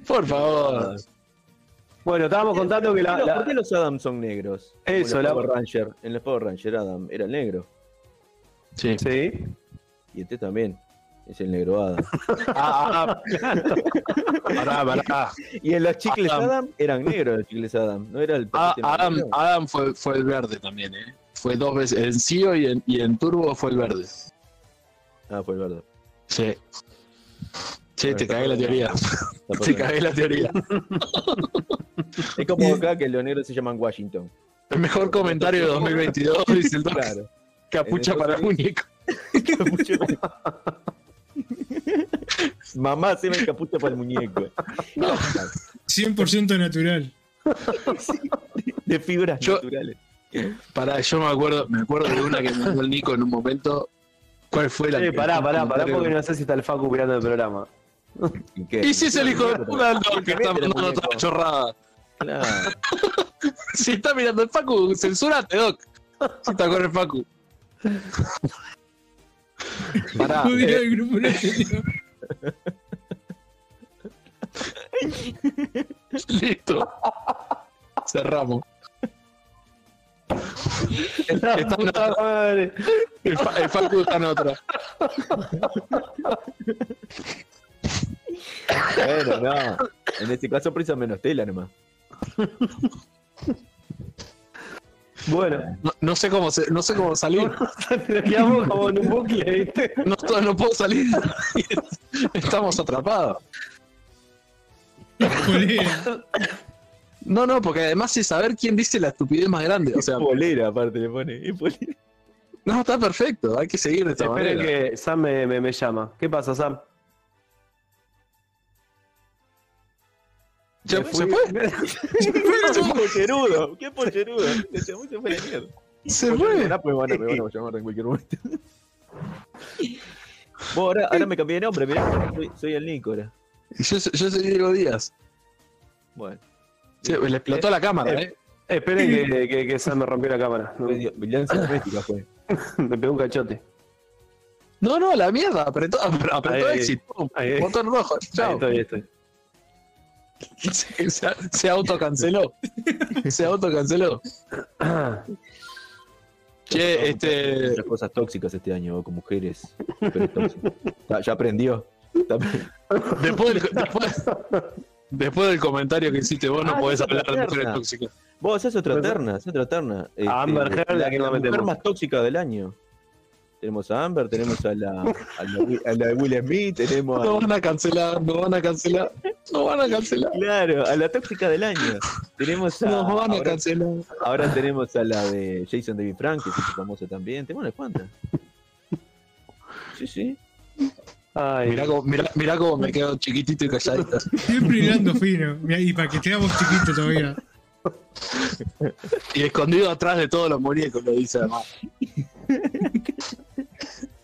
S1: Por favor.
S2: bueno, estábamos contando que la,
S4: ¿Por qué
S2: la-
S4: los- ¿Por qué los Adam son negros? Como
S2: Eso,
S4: los
S2: la-
S4: Power Ranger. En los Power Ranger Adam era el negro.
S1: Sí.
S2: Sí.
S4: Y este también. Es el negro Adam.
S1: Ah,
S2: [laughs] Eh,
S1: ah, ah. Pará, pará.
S4: [laughs] Y en los chicles
S1: Adam.
S4: Adam, eran negros los chicles Adam. No era el
S1: Ah,
S4: patito
S1: Adam,
S4: negro.
S1: Adam fue, fue el verde también, ¿eh? Fue dos veces. En CEO y en, y en Turbo fue el verde.
S4: Ah, fue el verde.
S1: Sí. Che, te cagué la teoría.
S4: Está
S1: Te
S4: perfecto.
S1: cagué la teoría.
S4: Es [laughs] como acá que los negros se llaman Washington.
S1: El mejor comentario de 2022, dice el doctor.
S4: Claro.
S1: Capucha para muñeco.
S4: [laughs] Mamá se me capucha para el muñeco.
S3: 100% natural.
S4: [laughs] De fibras
S1: Yo-
S4: naturales.
S1: Pará, yo me acuerdo, me acuerdo de una que me mandó el Nico en un momento. ¿Cuál fue la
S2: Eh,
S1: que-
S2: pará, pará, pará,
S1: comentario?
S2: porque no sé si está el Facu mirando el programa.
S4: ¿Y qué?
S1: Y si es el hijo de puta del Doc que está
S4: Mete el
S1: mandando toda
S4: muñeco.
S1: la chorrada.
S4: Claro.
S1: Si está mirando el Facu, censurate, Doc. Si está con el Facu.
S4: Ah,
S1: Pará.
S3: No dirá
S1: eh,
S3: el grupo latino.
S1: [laughs] Listo. Cerramos.
S2: La
S1: [laughs] Está-
S2: puta madre.
S1: El, fa- el Facu está en otra.
S4: Bueno, no. En este caso prisa menos tela nomás.
S2: Bueno, [laughs]
S1: No, no sé cómo se- no sé cómo salir.
S2: nos quedamos como en un bucle, ¿viste?
S1: No, to- no puedo salir. [laughs] Estamos atrapados.
S3: Polea.
S1: No, no, porque además es saber quién dice la estupidez más grande. O sea,
S4: polera aparte le pone. Es polera.
S1: no, está perfecto. Hay que seguir de esta
S2: Esperen
S1: manera.
S2: que Sam me, me- me llama. ¿Qué pasa, Sam?
S1: ¿Se,
S4: Me
S1: se
S4: fui.
S1: fue?
S4: ¡Qué pollerudo! ¡Qué pollerudo! Se llamó y se fue la mierda. pues,
S1: ¿Se
S4: Porque
S1: fue?
S4: me van a- me van a- me van a llamar en cualquier momento. Vos, ahora, ahora me cambié de nombre, mirá, soy, soy el Nico ahora.
S1: Yo, yo soy Diego Díaz.
S4: Bueno. Eh,
S1: Sí, le explotó la cámara, ¿eh?
S2: [laughs] Esperen que, que, que Sam me rompió la cámara. No,
S4: Fue di- Violencia doméstica pues. fue.
S2: [laughs] me pegó un cachote.
S1: No, no, la mierda. Apretó, apretó
S2: Ahí, ahí.
S1: exit. Pum,
S2: Ahí, ahí.
S1: Botón rojo.
S2: Ahí
S1: Chao.
S2: estoy, ahí estoy.
S1: Se, [laughs] se, se autocanceló. Se autocanceló.
S2: [clears throat]
S1: Che, este.
S4: Muchas cosas tóxicas este año vos, con mujeres. pero es tóxico. ya, ya aprendió. Está-
S1: Después del, después, después del comentario que hiciste vos, no
S4: Ah,
S1: podés
S4: esa es la
S1: hablar de mujeres
S4: terna.
S1: tóxicas.
S4: Vos, es otra terna, es otra terna. Este,
S2: A Amber Heard, la que no
S4: mujer
S2: metemos.
S4: más tóxica del año. Tenemos a Amber, tenemos a la, a la, a la de Will Smith, tenemos
S1: No
S4: a,
S1: van a cancelar, no van a cancelar, no van a cancelar,
S4: claro, a la tóxica del año. Tenemos a,
S1: no van a
S4: ahora,
S1: cancelar.
S4: ahora tenemos a la de Jason David Frank, que es famosa también. Tenemos unas cuantas. Sí, sí.
S2: Ay,
S1: Mirá cómo, mirá, mirá cómo me quedo chiquitito y calladito.
S3: Siempre hilando fino. Mirá, Y para que tengamos chiquito todavía.
S1: Y escondido atrás de todos los muñecos, lo dice además.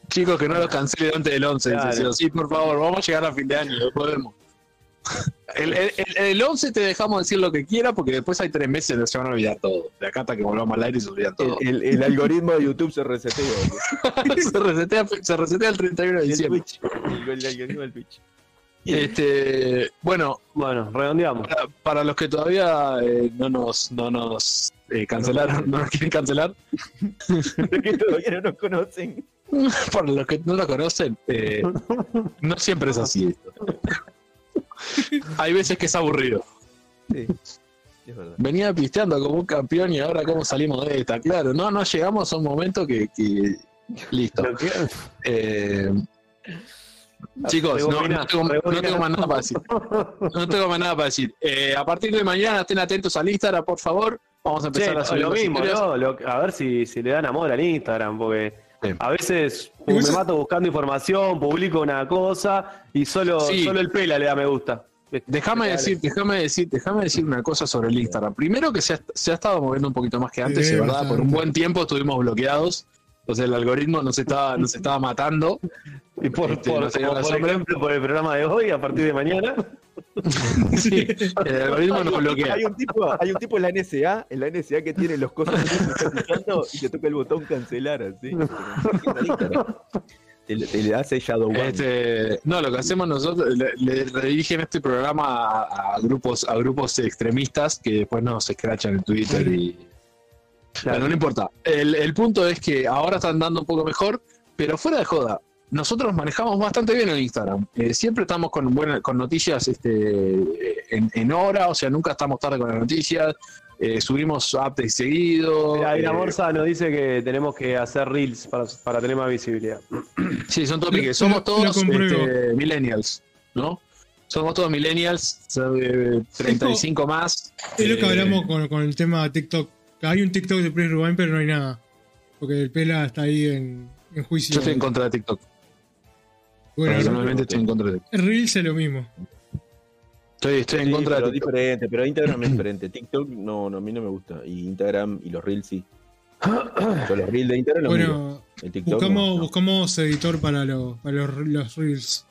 S1: Chicos, que no los cancelen antes del 11. dice,
S2: Claro.
S1: sí, por favor, vamos a llegar a fin de año, lo podemos. El, el, el- el 11 te dejamos decir lo que quiera porque después hay tres meses donde se van a olvidar todo. De acá hasta que volvamos al aire se olvidan todo.
S4: El, el- el algoritmo de YouTube se resetea. boludo.
S1: [laughs] se, resetea, se resetea el 31 de
S4: El
S1: diciembre.
S4: Twitch. El, el algoritmo del Twitch.
S1: Este, bueno,
S2: bueno, redondeamos.
S1: para, para los que todavía eh, no nos, no nos eh, cancelaron, no nos quieren cancelar,
S4: Los [laughs] que todavía no nos conocen.
S1: para los que no lo conocen, eh, no siempre es así. Hay veces que es aburrido.
S4: Sí. Es verdad.
S1: Venía pisteando como un campeón y ahora cómo salimos de esta. Claro, no, no llegamos a un momento que... que- Listo.
S2: Lo que-
S1: Eh, chicos, no,
S2: Rebobina,
S1: no tengo, no
S2: rebobina.
S1: tengo más nada para decir. No tengo más nada para decir. Eh, a partir de mañana estén atentos al Instagram, por favor. Vamos a
S2: Che,
S1: empezar a
S2: no,
S1: subir
S2: lo
S1: las
S2: mismo,
S1: historias.
S2: ¿no? Lo- a ver si, si le dan amor al Instagram, porque
S1: Sí.
S2: a veces me mato buscando información, publico una cosa y solo,
S1: Sí.
S2: solo el pela le da me gusta.
S1: Déjame decir, déjame decir, déjame decir una cosa sobre el Instagram. Primero que se ha, se ha estado moviendo un poquito más que antes,
S3: Sí,
S1: es verdad,
S3: bastante.
S1: por un buen tiempo estuvimos bloqueados. Entonces el algoritmo nos estaba, nos estaba matando.
S2: Y por,
S1: Este,
S2: por-
S1: no señor
S2: por
S1: Asombro.
S2: ejemplo, por el programa de hoy, a partir de [laughs] mañana,
S1: Sí, [laughs] el algoritmo nos bloquea.
S4: Hay un, tipo, hay un tipo en la NSA, en la NSA que tiene los cosas que te estás escuchando y te toca el botón cancelar
S1: [laughs]
S4: así. Te, le- te le hace Shadow Ban.
S1: Este, no, lo que hacemos nosotros, le, le redirigen este programa a, a grupos, a grupos extremistas que después nos escrachan en Twitter y. Bueno, no importa. El, el punto es que ahora están dando un poco mejor, pero fuera de joda. Nosotros manejamos bastante bien el Instagram. Eh, siempre estamos con buena- con noticias este, en, en hora, o sea, nunca estamos tarde con las noticias. Eh, subimos updates seguido.
S2: la la
S1: eh,
S2: Morsa nos dice que tenemos que hacer reels para, para tener más visibilidad.
S1: Sí, son
S3: Lo-
S1: topiques. Somos
S3: lo- lo
S1: todos
S3: compruebo.
S1: este, millennials. ¿no? Somos todos millennials, eh, 35 más.
S3: Es lo que
S1: eh,
S3: hablamos con, con el tema TikTok. Hay un TikTok de Press Rubin, pero no hay nada. Porque el Pela está ahí en, en juicio.
S1: Yo estoy en contra de TikTok.
S3: Bueno,
S1: Personalmente estoy en contra de TikTok.
S3: Reels es lo mismo.
S1: Estoy, estoy en
S4: Sí,
S1: contra
S4: pero
S1: de TikTok.
S4: diferente, pero Instagram es diferente. TikTok no, no, a mí no me gusta. Y Instagram y los reels
S1: [coughs]
S4: sí. Yo los reels de Instagram los miro.
S3: Bueno,
S4: El TikTok
S3: buscamos,
S4: no, no.
S3: buscamos editor para, los para los, los Reels.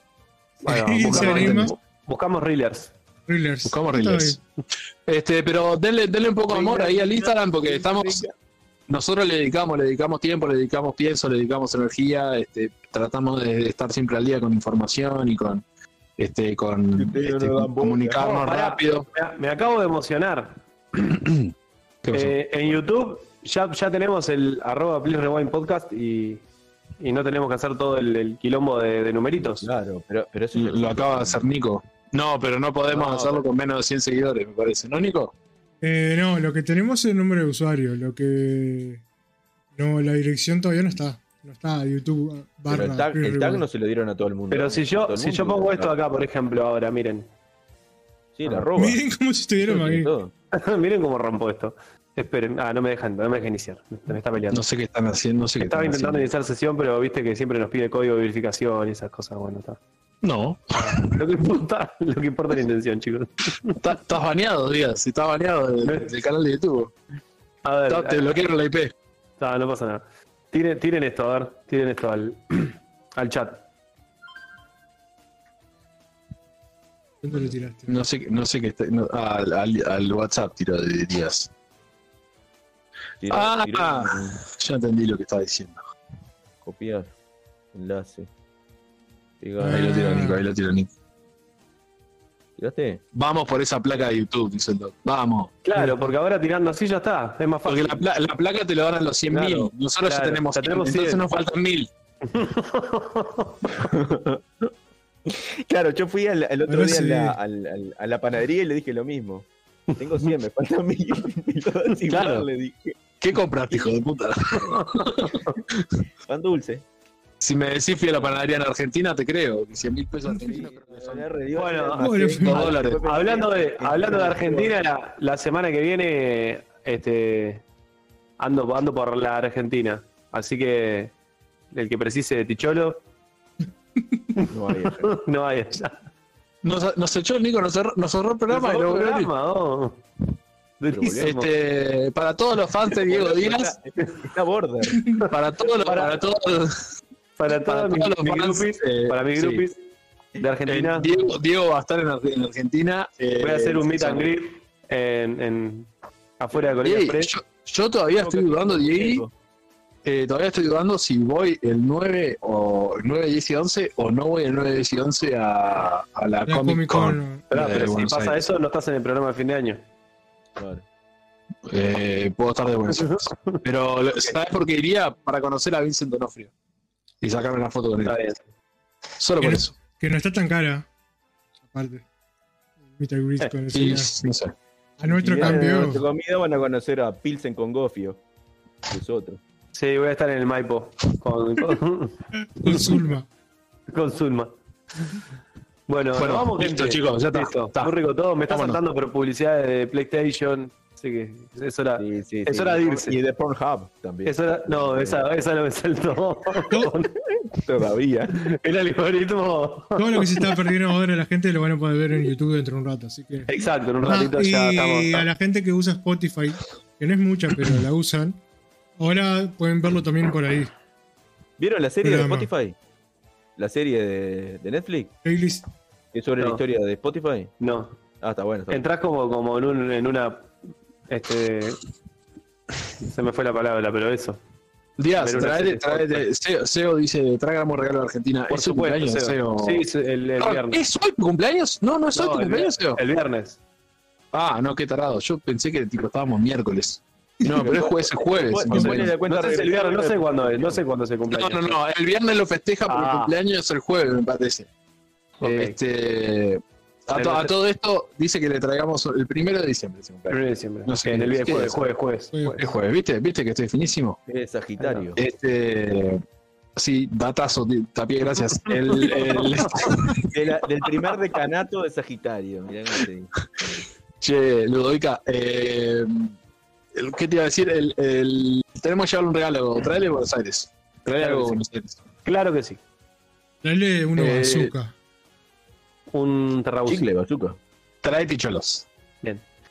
S2: Bueno,
S3: ¿Se anima?
S2: buscamos, buscamos reelers.
S3: Reelers.
S1: Buscamos reels.
S3: Está
S1: Este, pero denle, denle un poco de amor ahí al Instagram porque estamos. Nosotros le dedicamos, le dedicamos tiempo, le dedicamos pienso, le dedicamos energía, este, tratamos de estar siempre al día con información y con este, con
S4: Ustedes no
S1: este,
S4: dan bola.
S1: comunicarnos
S2: No, pará.
S1: rápido.
S2: Me, me acabo de emocionar.
S1: ¿Qué pasó?
S2: Eh, en YouTube ya, ya tenemos el arroba please rewind podcast y, y no tenemos que hacer todo el, el quilombo de, de numeritos.
S4: Claro, pero, pero eso
S1: Lo acaba de hacer Nico. No, pero no podemos
S4: No,
S1: hacerlo con menos de 100 seguidores, me parece. ¿No, Nico?
S3: bien. Eh, no, lo que tenemos es el número de usuario. Lo que. No, la dirección todavía no está. No está YouTube barra.
S4: Pero el tag,
S3: Press
S4: el tag
S3: Rewind.
S4: no se lo dieron a todo el mundo.
S2: Pero si
S4: A todo
S2: yo,
S4: el
S2: si yo
S4: mundo,
S2: pongo
S4: ¿no?
S2: esto acá, por ejemplo, ahora, miren. [laughs]
S4: Sí,
S3: [laughs]
S4: la roba.
S3: Miren cómo si estuviéramos aquí.
S4: Todo.
S2: miren cómo rompo esto. Esperen. Ah, no me dejan, no me dejan iniciar. Me, me está peleando.
S1: No sé qué están haciendo. No sé qué
S2: Estaba
S1: están
S2: intentando
S1: haciendo.
S2: iniciar sesión, pero viste que siempre nos pide código de verificación y esas cosas. Bueno, está.
S1: No,
S2: Lo que importa, [laughs] lo que importa es la intención, chicos.
S1: está- estás baneado, Díaz. Estás baneado del, del canal de YouTube.
S2: A ver,
S1: Está- te bloquearon la IP.
S2: No, no pasa nada. Tiren, tiren esto, a ver, tiren esto al, [clears throat] al chat.
S3: ¿Cuánto le tiraste?
S1: No sé, no sé qué está. no- ah, al, al- al WhatsApp tiró de Díaz.
S4: Tira-
S1: Ah.
S4: tira un-
S1: Ya entendí lo que estaba diciendo.
S4: copiar, enlace.
S1: Ahí
S4: Pegar.
S1: lo tiró Nico, ahí lo tiró Nico.
S4: ¿Tiraste?
S1: Vamos por esa placa de YouTube, dice el doc. Vamos.
S2: Claro, porque ahora tirando así ya está, es más
S1: Porque
S2: fácil.
S1: la, pla- la placa te lo dan a los 100.000.
S2: Claro,
S1: Nosotros
S2: claro,
S1: ya tenemos
S2: ya
S1: 100,
S2: tenemos
S1: Entonces
S2: 100.
S1: nos faltan 1.000.
S4: Claro, yo fui al, al otro
S3: Ahora
S4: día a
S3: sí.
S4: la, al- al- a la panadería y le dije lo mismo. Tengo 100, me faltan mil. Y todas igual
S2: Claro.
S4: [laughs] le dije.
S1: ¿Qué compraste, hijo de puta?
S4: Pan dulce.
S1: Si me decís fui a la panadería en Argentina, te creo. Que 100 mil pesos argentinos creo que son
S4: Bueno,
S3: Bueno,
S1: dólares.
S4: [laughs]
S2: hablando de, hablando de Argentina, la, la semana que viene este, ando, ando por la Argentina. Así que el que precise de Ticholo, [laughs]
S4: No hay acá.
S2: no hay allá.
S1: Nos, nos echó el Nico, nos cerró, nos cerró el programa. y
S2: Otro
S1: lo volvió a abrir.
S2: programa, oh. Durísimo.
S1: Este, para todos los fans de Diego Díaz,
S4: Está, está border.
S1: para todos los,
S2: Para-
S1: para todos,
S2: para,
S1: para
S2: todos mis-
S1: todos los
S2: mis
S1: fans,
S2: groupies,
S1: eh,
S2: para mis
S1: sí.
S2: groupies de Argentina,
S1: eh, Diego, Diego va a estar en, Ar- en Argentina. eh,
S2: voy a hacer un meet and
S1: sí.
S2: greet en, en- afuera de Corea
S1: Ey,
S2: Express.
S1: yo, yo todavía estoy dudando, Diego. eh, todavía estoy dudando si voy el 9 o el 9, 10 y 11 o no voy el 9, 10 y 11 a, a la,
S3: La
S1: Comic Con.
S2: Pará,
S1: de
S2: pero si
S1: Buenos
S2: pasa
S1: Aires.
S2: eso, no estás en el programa de fin de año.
S4: Claro.
S1: Eh, puedo estar de Buenos
S2: [laughs]
S1: Aires. Pero, ¿sabes por qué iría? Para conocer a Vincent Donofrio y sacarme una foto con él.
S2: Está bien.
S1: Solo por
S3: Eh,
S1: eso.
S3: Que no está tan cara. Aparte. Meet and
S4: Eh,
S3: greet con el
S1: Sí,
S3: señor.
S1: no sé.
S3: A nuestro
S4: Y ahora en
S3: campeón.
S4: nuestra comida van a conocer a Pilsen con Gofio. que Es otro.
S2: Sí, voy a estar en el Maipo con, [laughs] con,
S3: Con
S4: [laughs]
S3: Zulma.
S2: con Zulma. Bueno,
S1: Bueno,
S2: nos vamos,
S1: listo,
S2: gente.
S1: chicos, ya está,
S2: Listo.
S1: está.
S2: Muy rico todo. Me está
S1: Vámonos.
S2: saltando por publicidades de PlayStation. Así que es hora.
S4: Sí, sí,
S2: Es
S4: sí.
S2: hora de irse.
S4: Y de Pornhub también.
S2: Es hora- no, esa, esa no me
S1: [laughs]
S2: saltó.
S4: Todavía.
S2: el algoritmo.
S3: Todo lo que se está perdiendo ahora la gente lo van a poder ver en YouTube dentro de un rato. Así que.
S2: Exacto, en un
S3: Ah,
S2: ratito
S3: y
S2: ya estamos.
S3: a la gente que usa Spotify, que no es mucha, pero la usan, ahora pueden verlo también por ahí.
S4: ¿Vieron la serie de
S3: Programa.
S4: Spotify? La serie de, de Netflix,
S3: Playlist.
S4: que es sobre
S2: No.
S4: la historia de Spotify.
S2: No.
S4: Ah, está bueno. está bueno.
S2: Entrás como, como en, un, en una. Este. Se me fue la palabra, pero eso.
S1: Díaz,
S2: Ver una
S1: traete,
S2: serie.
S1: traete. Seo, Seo dice: tráigame un regalo a Argentina.
S2: Por
S1: ¿Es tu
S2: supuesto,
S1: cumpleaños, Seo?
S2: Seo. Sí, sí, el, el
S1: Ah,
S2: viernes.
S1: ¿Es hoy tu cumpleaños? No, no es hoy
S2: No,
S1: tu
S2: el
S1: cumpleaños, Seo.
S2: El viernes.
S1: Ah, no, qué tarado. Yo pensé que tipo estábamos miércoles. No, pero es jueves, es jueves.
S4: Bueno,
S1: entonces-
S4: bueno, la
S2: No
S4: cuenta
S2: sé, si el viernes, no sé cuándo es, no sé cuándo se cumple.
S1: No, no, no. El viernes lo festeja porque
S2: Ah.
S1: el cumpleaños es el jueves, me parece.
S2: Ok.
S1: Este, a, to- a todo esto dice que le traigamos el primero de diciembre. ese
S2: El 1
S1: cumpleaños.
S2: de diciembre.
S1: No sé,
S2: en el
S1: ¿qué
S2: viernes, jueves,
S1: es?
S2: jueves, jueves.
S3: Jueves.
S1: Es jueves, ¿viste? ¿Viste que estoy finísimo?
S4: Es Sagitario.
S1: Este, Sí, datazo, tío. Tapie,
S2: [laughs]
S1: gracias. El, el-
S4: De la- del primer decanato de Sagitario. Mirá cómo te digo.
S1: Che, Ludovica, eh, el- ¿qué te iba a decir? El, el- tenemos que llevarle un regalo. Traele a Buenos Aires. Traele
S2: Claro que
S1: algo a
S2: sí.
S1: Buenos Aires.
S2: Claro que sí.
S3: Traele una
S1: Eh,
S3: bazooka.
S2: Un terrabuzón.
S4: Chicle, bazooka.
S1: Trae picholos.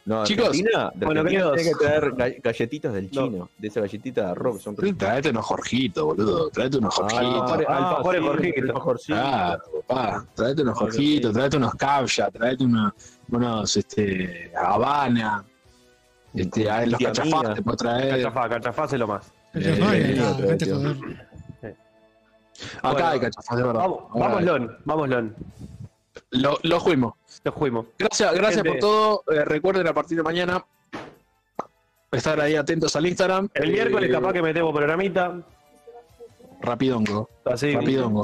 S4: No, de
S1: Chicos.
S4: Argentina, de
S2: Bueno,
S4: Argentina
S2: queridos.
S4: tiene que traer ga- galletitas del
S2: No.
S4: chino, de esa galletita de arroz. que Son Ah,
S1: Traete unos Jorgitos, boludo. Traete unos Jorgitos.
S2: Ah, alfajores- alfajores Jorgito. Ah.
S4: alfajorcito.
S1: Claro, papá. Traete unos
S4: Claro,
S1: Jorgitos,
S4: sí.
S1: traete unos Cabya, traete una- unos este, Habana. Este, ah, los
S4: Tía amiga.
S1: cachafás te puedo traer.
S2: Cachafá, cachafá es lo más.
S3: Ya
S1: eh,
S3: falla,
S4: eh,
S3: ah,
S4: eh,
S3: dejate
S4: eh,
S3: joder.
S1: Acá
S2: Bueno.
S1: hay cachafás, de verdad.
S2: Vamos,
S1: Ahora,
S2: vamos, Lon. Vamos, Lon.
S1: lo, lo juimos.
S2: Nos fuimos.
S1: Gracias, gracias
S2: Gente.
S1: por todo. Eh, recuerden a partir de mañana estar ahí atentos al Instagram.
S2: El
S1: Eh,
S2: miércoles capaz que metemos programita.
S1: Rapidongo,
S2: Así.
S1: rapidongo.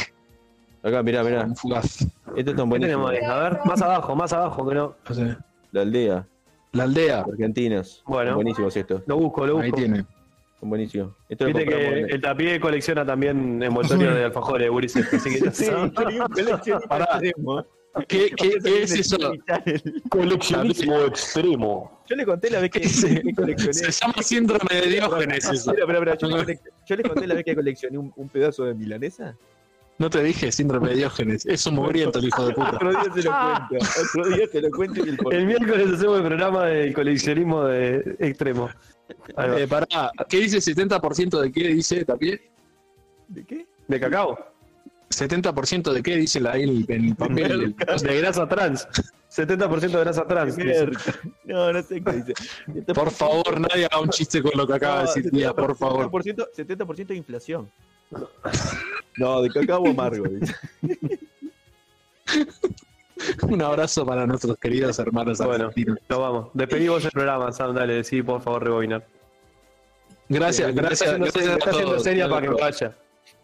S4: Acá, mirá, mirá.
S1: Un fugaz.
S4: Estos están
S2: ¿Qué tenemos
S4: buenísimos.
S2: ahí? A ver, más abajo, más abajo que no.
S1: No sé.
S4: La aldea,
S1: La aldea.
S4: argentinos.
S2: Bueno.
S4: Buenísimos estos.
S2: Lo busco, lo
S1: Ahí
S2: busco.
S1: tiene.
S4: Son buenísimos. Esto lo
S2: Viste que
S4: compramos en-
S2: el tapié colecciona también envoltorio de alfajores, gurises.
S1: [laughs]
S2: Así que ya
S4: Sí,
S2: saben.
S4: tenía
S2: [laughs]
S4: un coleccionista
S1: Pará. [laughs]
S4: extremo.
S1: ¿Qué, qué, qué es
S4: Tiene
S1: eso?
S4: militares.
S1: Coleccionismo
S2: extremo.
S4: Yo le conté la
S2: [laughs]
S4: vez que,
S1: Ese.
S4: que coleccioné.
S1: Se llama síndrome de Diógenes eso.
S4: Espera, espera, espera, yo, le conecté- yo le conté la vez que coleccioné un, un pedazo de milanesa.
S1: No te dije síndrome de Diógenes. Es un mugriento el hijo de puta.
S4: Otro día te lo cuento. Otro día te lo cuento y el por-
S2: El miércoles hacemos el programa del coleccionismo de extremo. Ahí va.
S1: Eh, pará, ¿qué dice 70% de qué dice también?
S4: ¿De qué?
S2: ¿De cacao?
S1: 70% de qué dice la, el, el papel.
S2: De grasa trans. 70% de grasa trans. dice.
S4: No, no sé qué dice.
S1: Ah, Por favor, nadie haga un chiste con lo que acaba de decir, tía, por favor.
S4: 70%, 70% de inflación. No, de cacao amargo. dice.
S1: Un abrazo para nuestros queridos hermanos
S2: Bueno.
S1: argentinos.
S2: Nos vamos. Despedimos el programa, Sam. Dale, sí, por favor, rebobinar.
S1: Gracias,
S2: Está
S1: gracias,
S2: haciendo-
S1: gracias a
S2: Está haciendo
S1: todos.
S2: seria para que vaya.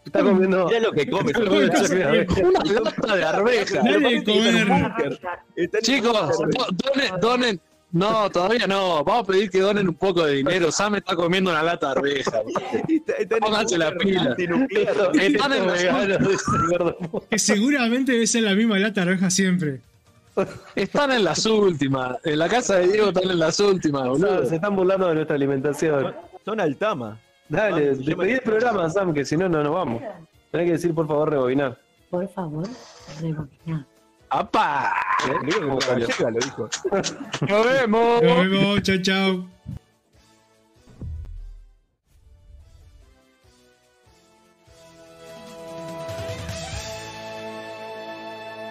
S2: Está comiendo. [laughs]
S4: Mirá lo que
S1: [laughs]
S4: come. se come la-
S1: Una lata de arveja.
S3: Dale
S4: Pero parece que está en un
S3: comer.
S4: búnker. Está en un
S1: Chicos,
S4: búnker.
S1: do- donen, donen. No, todavía no. Vamos a pedir que donen un poco de dinero. Sam está comiendo una lata de arveja.
S4: Está- está en un
S1: Pónganse la
S4: búnker
S1: pila.
S4: antinuclear.
S2: Este
S1: Están en la,
S3: Que seguramente debe ser la misma lata de arveja siempre.
S1: están en las últimas. En la casa de Diego están en las últimas,
S2: No,
S1: boludo.
S2: se están burlando de nuestra alimentación.
S4: Son altama.
S2: Dale,
S4: Vamos, yo me-
S2: despedí el programa, Sam, que si no, no nos vamos. Tenés que decir, por favor, rebobinar.
S5: Por favor, rebobinar.
S1: ¡Apa!
S4: Lo dijo como
S1: ¿Eh?
S2: Ojalá.
S4: gallega, lo dijo.
S1: ¡Nos vemos!
S3: Nos vemos, chao, chao.